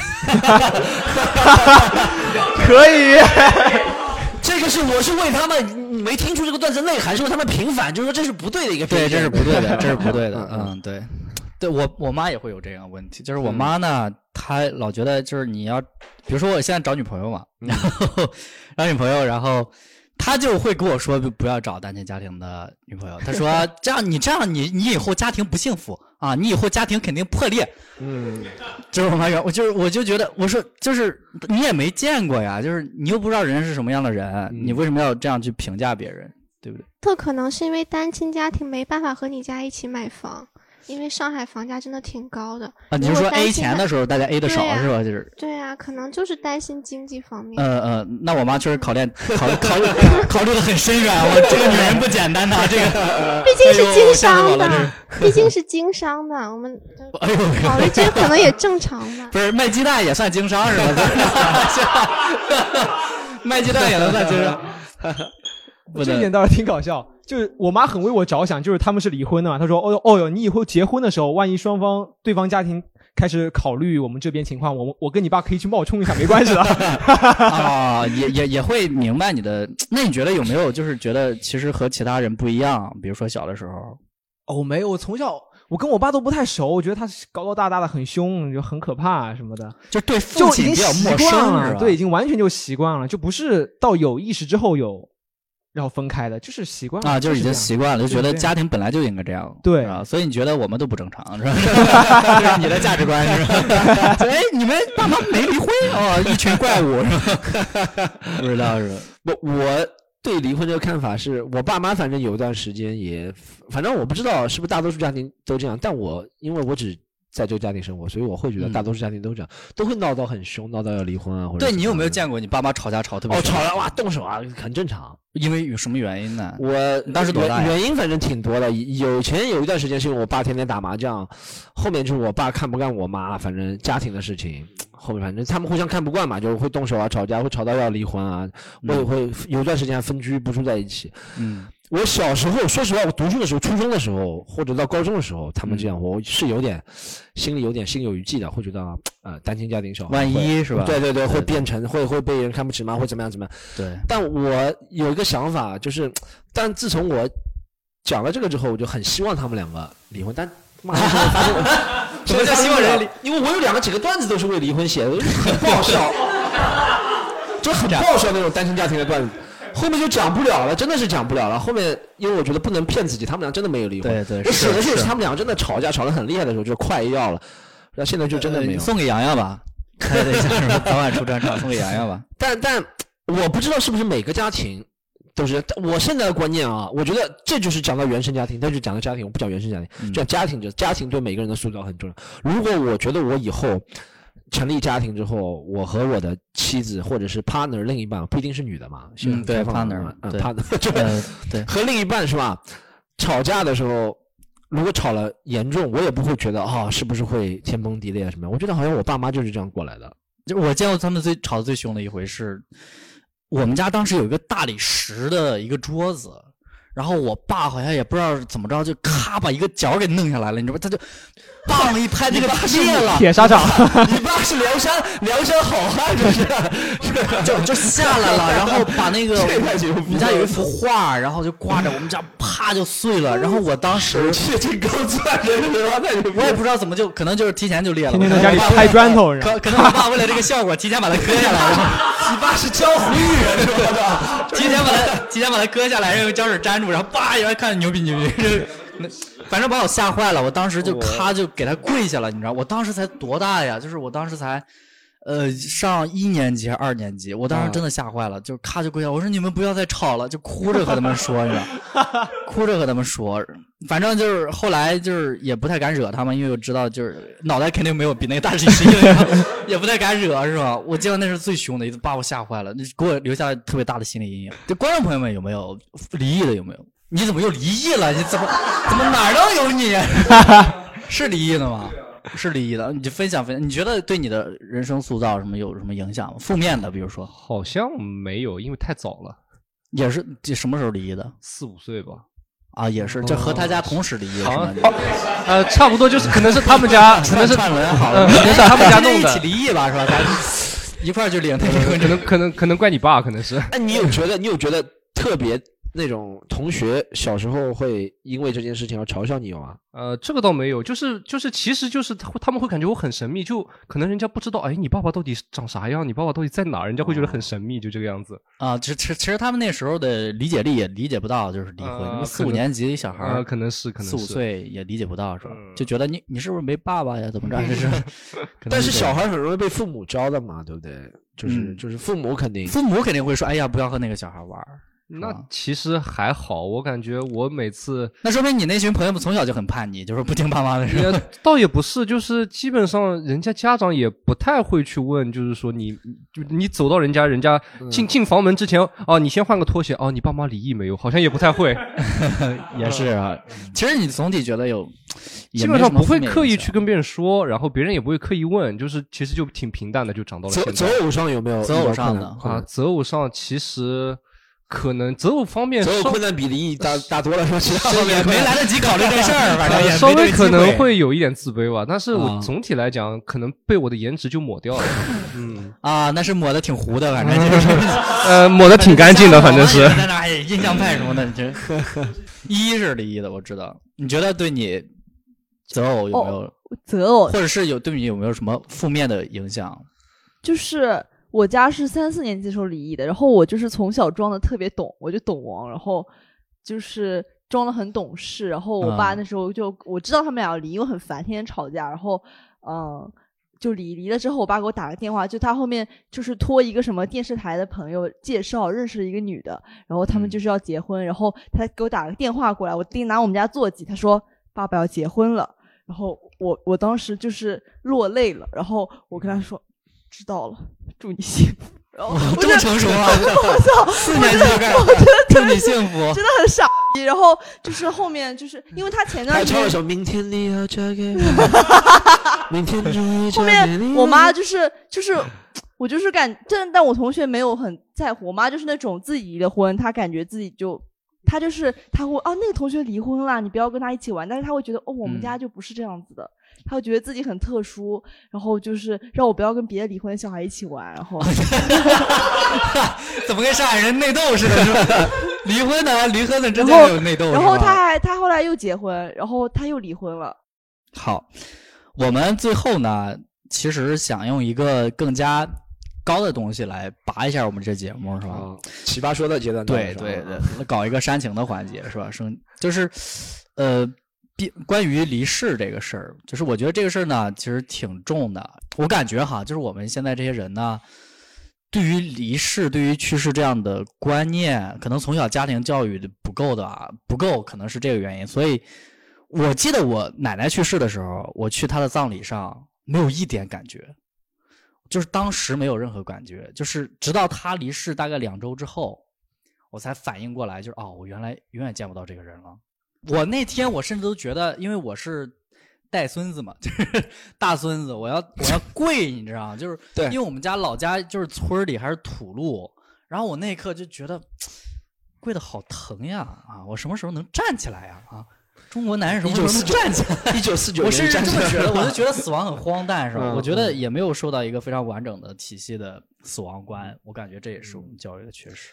S4: 可以，
S7: 这个是我是为他们，你没听出这个段子内涵，是为他们平反，就是说这是不对的一个偏
S6: 对，
S7: 见，。
S6: 这是不对的，这是不对的
S7: 嗯
S6: 嗯，对，对我我妈也会有这样的问题，就是我妈呢，她老觉得就是你要，比如说我现在找女朋友嘛，然后找女朋友，然后她就会跟我说不不要找单亲家庭的女朋友，她说这样你这样你你以后家庭不幸福啊，你以后家庭肯定破裂。嗯，就是我妈说，我就是我就觉得我说就是你也没见过呀，就是你又不知道人是什么样的人，
S8: 嗯
S6: 你为什么要这样去评价别人，对不对？
S2: 特可能是因为单亲家庭没办法和你家一起买房，因为上海房价真的挺高的。
S6: 啊，你
S2: 如
S6: 是
S2: 果
S6: 说
S2: 单
S6: A
S2: 亲
S6: 钱的时候大家 A 的少
S2: 对啊
S6: 是吧？就是。
S2: 对啊，可能就是担心经济方面。
S6: 呃呃，那我妈确实考虑考虑考虑考虑的很深远，我这个女人不简单呐，这个
S2: 毕竟
S6: 哎呦
S2: 是经
S6: 我吓死我
S2: 商
S6: 了
S2: 的，毕竟是经商的，我们
S6: 哎呦，
S2: 考虑这可能也正常吧。
S6: 不是卖鸡蛋也算经商是吧？ 卖鸡蛋也能算经商，不
S4: 这一点
S6: 能
S4: 倒是挺搞笑。就是我妈很为我着想，就是他们是离婚的嘛，她说：“哦 哟哦哟，你以后结婚的时候，万一双方对方家庭开始考虑我们这边情况，我我跟你爸可以去冒充一下，没关系的。
S6: 啊，也也也会明白你的。那你觉得有没有就是觉得其实和其他人不一样？比如说小的时候，”
S4: 哦，没有，我从小我跟我爸都不太熟，我觉得他是高高大大的，很凶，就很可怕什么的，
S6: 就对
S4: 就
S6: 父
S4: 已经
S6: 亲比较
S4: 习
S6: 陌
S4: 惯
S6: 生是
S4: 了，
S6: 吧？
S4: 对，已经完全就习惯了，就不是到有意识之后有然后分开的，就是习惯了
S6: 啊，就是已经
S4: 这样
S6: 习惯了，就觉
S4: 就
S6: 得
S4: 是这样
S6: 家庭本来就应该这样，
S4: 对
S6: 是吧？所以你觉得我们都不正常，是 吧？这是你的价值观，是吧？哎，你们爸妈没离婚哦，一群怪物，是吧？ 不知道是吧？
S7: 我我对离婚这个看法是，我爸妈反正有一段时间也，反正我不知道是不是大多数家庭都这样，但我因为我只在这个家庭生活，所以我会觉得
S6: 嗯
S7: 大多数家庭都这样，都会闹到很凶，闹到要离婚啊，或者
S6: 对你有没
S7: 怎么
S6: 有见过你爸妈吵架吵得特别
S7: 样的？哦，
S6: 凶
S7: 吵了哇，动手啊，很正常。
S6: 因为有什么原因呢？
S7: 我
S6: 你当时多大呀
S7: 原原因反正挺多的，有前有一段时间是因为我爸天天打麻将，后面就是我爸看不惯我妈，反正家庭的事情，后面反正他们互相看不惯嘛，就会动手啊，吵架，会吵到要离婚啊。我也会有一段时间还分居不住在一起。
S6: 嗯，
S7: 我小时候，说实话，我读书的时候，初中的时候，或者到高中的时候，他们这
S6: 嗯
S7: 样，我是有点心里有点心有余悸的，会觉得呃单亲家庭小孩
S6: 万
S7: 会
S6: 一是吧？
S7: 对对对，会
S6: 对
S7: 变成会会被人看不起吗？会怎么样怎么样？
S6: 对，
S7: 但我有一个想法，就是，但自从我讲了这个之后，我就很希望他们两个离婚。但妈的，发现
S6: 什么叫希望人离？
S7: 因为我有两个几个段子都是为离婚写的，很爆 笑，就很爆笑那种单亲家庭的段子。后面就讲不了了，真的是讲不了了。后面因为我觉得不能骗自己，他们俩真的没有离婚。
S6: 对对
S7: 我写的
S6: 是
S7: 时候
S6: 是
S7: 他们俩真的吵架吵得很厉害的时候，就快要了，那现在就真的
S6: 呃
S7: 没
S6: 你
S7: 有。
S6: 送给洋洋吧， 开的一下什么早晚出专场，送给洋洋吧。
S7: 但但我不知道是不是每个家庭都是。但我现在的观念啊，我觉得这就是讲到原生家庭，但是讲到家庭，我不讲原生家庭，
S6: 嗯
S7: 叫家庭，就家庭对每个人的塑造很重要。如果我觉得我以后成立家庭之后，我和我的妻子或者是 partner 另一半，不一定是女的嘛，是
S6: 嗯对
S7: 开放的
S6: partner，
S7: 嘛嗯
S6: 对
S7: ，partner 就
S6: 呃，对，
S7: 和另一半是吧？吵架的时候，如果吵了严重，我也不会觉得啊、是不是会天崩地裂什么样？我觉得好像我爸妈就是这样过来的。
S6: 就我见过他们最吵得最凶的一回是，我们家当时有一个大理石的一个桌子，然后我爸好像也不知道怎么着，就咔把一个角给弄下来了，你知道吧？他就棒一拍，那个裂了，
S4: 铁砂掌。
S7: 你爸是梁山梁山好汉，这是
S6: 就就下来了，然后把那个
S7: 这太牛逼了
S6: 我们家有一幅画，然后就挂着，我们家啪就碎了，然后我当时
S7: 这这高钻人格太牛逼
S6: 我也
S7: 了！
S6: 不知道怎么就可能就是提前就裂了，
S4: 天天
S6: 我
S4: 在
S6: 可
S4: 家里
S6: 能我爸
S4: 拍砖头，然后
S6: 可可能我爸为了这个效果，提前把它割下来，然 后
S7: 你爸是江湖艺人是 吧？
S6: 提前把它提前把它割下来，然后用胶水粘住，然后叭一下看牛逼牛逼，这那反正把我吓坏了，我当时就咔就给他跪下了，你知道，我当时才多大呀？就是我当时才呃，上一年级还是二年级，我
S4: 啊
S6: 当时真的吓坏了，就咔就跪下，我说你们不要再吵了，就哭着和他们说，你知道， 哭着和他们说，反正就是后来就是也不太敢惹他们，因为我知道就是脑袋肯定没有比那个大力士硬，也不太敢惹，是吧？我记得那是最凶的一次，把我吓坏了，那给我留下特别大的心理阴影。就观众朋友们有没有离异的？有没有？你怎么又离异了？你怎么怎么哪儿都有你？是离异的吗？是离异的，你就分享分享，你觉得对你的人生塑造什么有什么影响吗？负面的，比如说
S8: 好像没有，因为太早了，
S6: 也是这什么时候离异的
S8: 四五岁吧。
S6: 啊？也是，这和他家同时离异是
S8: 好
S6: 吗
S8: 像？呃，差不多就是可能是他们家，可能是
S6: 串文好
S8: 嗯
S6: 了，
S8: 可能是他们家弄
S6: 一起
S8: 的，
S6: 离异吧，是吧？咱一块儿去领他离婚
S8: 可
S6: 证。
S8: 能可能可能怪你爸，可能是。
S7: 那哎你有觉得你有觉得特别那种同学小时候会因为这件事情而嘲笑你有吗？
S8: 呃，这个倒没有，就是就是，其实就是他会他们会感觉我很神秘，就可能人家不知道，哎，你爸爸到底是长啥样，你爸爸到底在哪儿，人家会觉得
S6: 哦
S8: 很神秘，就这个样子。
S6: 啊，其实其实其实他们那时候的理解力也理解不到，就是离婚，
S8: 啊
S6: 因为四
S8: 可
S6: 五
S8: 能
S6: 年级小孩
S8: 啊，
S6: 儿
S8: 可能是可能
S6: 四
S8: 是
S6: 五岁也理解不到，是吧？
S8: 嗯
S6: 就觉得你你是不是没爸爸呀？怎么着？这是，可 能
S7: 但是
S6: 这样
S7: 小孩很容易被父母招的嘛，对不对？就是、
S6: 嗯
S7: 就是父母肯定
S6: 父母肯定会说，哎呀，不要和那个小孩玩儿。是吧
S8: 那其实还好，我感觉我每次
S6: 那说明你那群朋友们从小就很叛逆，就是不听爸妈的。是吧
S8: 也倒也不是，就是基本上人家家长也不太会去问，就是说你就你走到人家人家
S6: 嗯
S8: 进进房门之前，哦，你先换个拖鞋，哦，你爸妈离异没有？好像也不 太会，
S6: 也是啊，其实你总体觉得有，也
S8: 嗯基
S6: 没
S8: 本
S6: 什
S8: 上
S6: 么
S8: 不
S6: 负
S8: 会
S6: 面
S8: 刻意
S6: 影
S8: 去
S6: 响
S8: 跟别人说，然后别人也不会刻意问，就是其实就挺平淡的，就长到了
S7: 择
S8: 现
S7: 择
S8: 在
S7: 偶上有没有
S6: 择
S7: 遇
S6: 偶
S7: 到
S6: 上
S7: 困
S6: 的
S7: 难
S8: 啊。择偶上其实可能择偶方面
S7: 择偶
S8: 稍
S7: 困难比离异大大多了，说其他
S6: 这
S7: 方
S6: 也
S7: 面
S6: 没来得及考虑这事儿，反正也
S8: 呃
S6: 没
S8: 稍
S6: 这
S8: 微
S6: 个
S8: 可
S6: 机
S8: 能会有一点自卑吧，但是
S6: 啊
S8: 我总体来讲，可能被我的颜值就抹掉了。嗯，
S6: 啊，那是抹的挺糊的，反正就是
S8: 呃，抹的挺干净的，反正 是。
S6: 在那哎印象派什么的，你 这一是离异的，我知道。你觉得对你择偶有没有，
S3: 择偶
S6: 或者是有对你有没有什么负面的影响？
S3: 就是我家是三四年级时候离异的，然后我就是从小装的特别懂，我就懂王，然后就是装的很懂事，然后我爸
S6: 嗯
S3: 那时候就、我知道他们俩要离，我很烦，天天吵架，然后嗯。就离离了之后，我爸给我打个电话，就他后面就是托一个什么电视台的朋友介绍认识了一个女的，然后他们
S6: 嗯
S3: 就是要结婚，然后他给我打个电话过来，我弟拿我们家座机，他说爸爸要结婚了，然后我我当时就是落泪了，然后我跟他说知道了，祝你幸福，然 后我
S6: 这
S3: 就
S6: 么成 熟啊！
S3: 我 操，
S6: 四年级就 开始祝你幸福。
S3: 真的很傻逼。然后就是后面就是因为他前段
S7: 还
S3: 时
S7: 唱了
S3: 间
S7: 首《明天你要嫁给我》，明天终于
S3: 后
S7: 嫁给
S3: 面
S7: 你
S3: 我妈就是就是。我就是感，但但我同学没有很在乎，我妈就是那种自己离了婚，她感觉自己就，她就是她会啊，那个同学离婚了，你不要跟她一起玩，但是她会觉得哦，我们
S6: 嗯
S3: 家就不是这样子的，她会觉得自己很特殊，然后就是让我不要跟别的离婚的小孩一起玩，然后
S6: 怎么跟上海人内斗似的？是 吧？离婚的，离婚的，真的
S3: 然后
S6: 有内斗是 吧。
S3: 然后他还他后来又结婚，然后他又离婚了。
S6: 好，我们最后呢，其实想用一个更加高的东西来拔一下我们这节目，是吧？
S7: 啊，奇葩说的啊阶段到了
S6: 对
S7: 是吧
S6: 对对，搞一个煽情的环节是吧？生就是，呃，毕关于离世这个事儿，就是我觉得这个事儿呢，其实挺重的。我感觉哈，就是我们现在这些人呢，对于离世、对于去世这样的观念，可能从小家庭教育的不够的啊，不够，可能是这个原因。所以，我记得我奶奶去世的时候，我去她的葬礼上，没有一点感觉。就是当时没有任何感觉，就是直到她离世大概两周之后，我才反应过来，就是哦，我原来永远见不到这个人了。我那天我甚至都觉得，因为我是带孙子嘛， 就是大孙子，我要我要跪，你知道吗？就是
S7: 对
S6: 因为我们家老家就是村儿里还是土路，然后我那一刻就觉得跪的好疼呀啊！我什么时候能站起来呀啊？中国男人什么时候能
S7: 1949
S6: 站起来？
S7: 一九四九
S6: 我
S7: 年
S6: 甚至
S7: 站
S6: 这
S7: 起
S6: 么
S7: 来
S6: 觉得，我就觉得死亡很荒诞，是吧？
S7: 嗯
S6: 我觉得也没有受到一个非常完整的体系的死亡
S7: 嗯
S6: 观，我感觉这也是我们教育的缺失。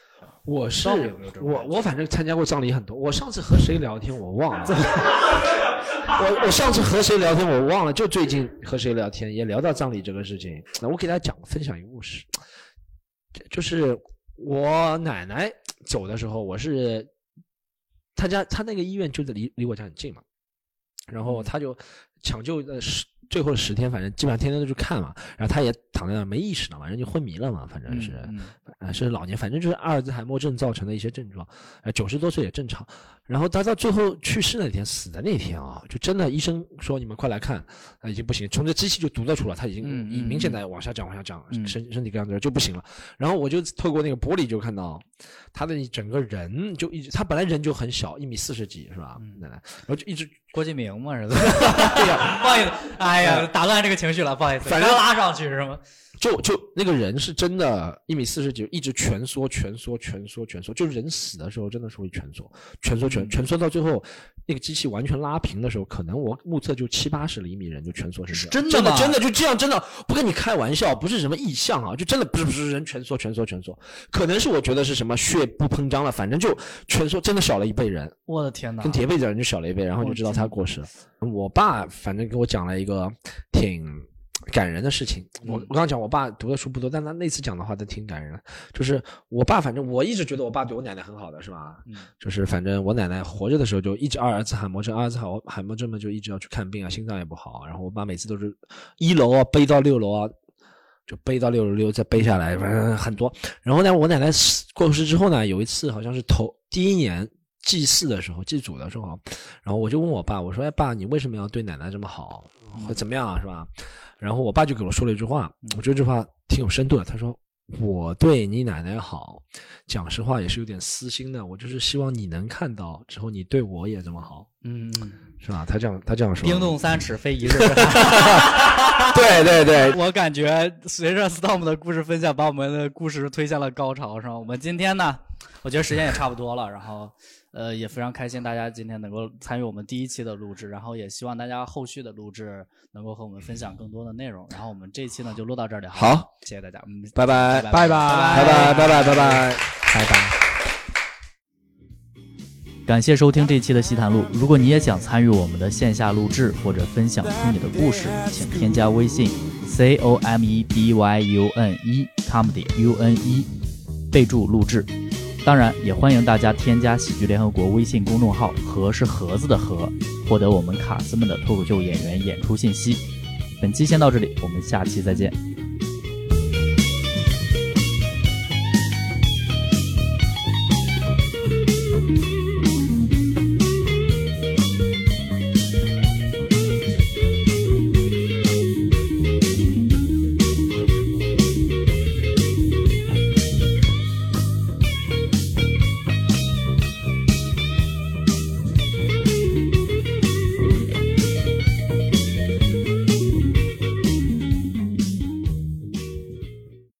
S7: 我是
S6: 到底有没有这种
S7: 我
S6: 感觉
S7: 我反正参加过葬礼很多。我上次和谁聊天我 忘了，我我上次和谁聊天我忘了，就最近和谁聊天也聊到葬礼这个事情。那我给大家讲分享一个故事，就是我奶奶走的时候，我是
S6: 嗯
S7: 她家她那个医院就在离离我家很近嘛，然后她就抢救呃是最后十天，反正基本上天天都去看嘛，然后他也躺在那儿没意识了嘛，人就昏迷了嘛，反正是，
S6: 嗯
S7: 啊、是老年，反正就是阿尔兹海默症造成的一些症状，呃，九十多岁也正常。然后他到最后去世那天，死的那天啊，就真的医生说你们快来看，啊他已经不行，从这机器就读得出来，他已经、
S6: 嗯
S7: 已
S6: 嗯
S7: 明显
S6: 嗯
S7: 在往下降，往下降，
S6: 嗯
S7: 身身体各样子就不行了。然后我就透过那个玻璃就看到他的一整个人就一直，他本来人就很小，一米四十几是
S6: 嗯
S7: 吧？奶奶，然后就一直
S6: 郭敬明嘛是吧？ 哎呀，不好意思，哎呀，打断这个情绪了，不好意
S7: 嗯
S6: 思，
S7: 反正
S6: 刚拉上去是吗？
S7: 就就那个人是真的，一米四十几，一直蜷缩、蜷缩、蜷缩、蜷缩，就人死的时候真的是会蜷缩、蜷缩、
S6: 嗯
S7: 蜷蜷缩到最后，那个机器完全拉平的时候，可能我目测就七八十厘米，人就蜷缩成这样。
S6: 真的
S7: 真的
S6: 吗
S7: 真的就这样，真的不跟你开玩笑，不是什么意象啊，就真的不是不是人蜷缩、蜷缩、蜷缩，可能是我觉得是什么血不膨胀了，反正就蜷缩，真的少了一倍人。
S6: 我的天哪！
S7: 跟叠被子人就少了一倍，然后就知道他过世了。我爸反正给我讲了一个挺感人的事情。我
S6: 嗯
S7: 我刚刚讲我爸读的书不多，但他那次讲的话都挺感人的。就是我爸，反正我一直觉得我爸对我奶奶很好的，是吧？
S6: 嗯
S7: 就是反正我奶奶活着的时候就一直阿尔兹海默症，阿尔兹海默海默症嘛就一直要去看病啊，心脏也不好。然后我爸每次都是一楼啊背到六楼啊，就背到六十六，再背下来，反正很多。然后呢，我奶奶死过世之后呢，有一次好像是头第一年祭祀的时候，祭祖的时候，然后我就问我爸，我说：“哎，爸，你为什么要对奶奶这么好？会怎么样啊？是吧？”然后我爸就给我说了一句话，
S6: 嗯
S7: 我觉得这话挺有深度的。他说：“我对你奶奶好，讲实话也是有点私心的，我就是希望你能看到之后，你对我也这么好，
S6: 嗯，
S7: 是吧？”他这样，他这样说。
S6: 冰冻三尺非一日。
S7: 对对对，
S6: 我感觉随着 Storm 的故事分享，把我们的故事推向了高潮上。我们今天呢，我觉得时间也差不多了，然后呃也非常开心大家今天能够参与我们第一期的录制，然后也希望大家后续的录制能够和我们分享更多的内容。然后我们这一期呢就录到这里，吧
S7: 好，
S6: 谢谢大家，嗯，
S7: 拜拜，
S6: 拜
S4: 拜拜
S7: 拜拜，拜拜，拜拜，拜拜。
S5: 感谢收听这期的西谈录。如果你也想参与我们的线下录制，或者分享出你的故事，请添加微信 c o m e d y u n e comedy u n e，备注录制。当然，也欢迎大家添加喜剧联合国微信公众号“盒”是盒子的盒，获得我们卡斯们的脱口秀演员演出信息。本期先到这里，我们下期再见。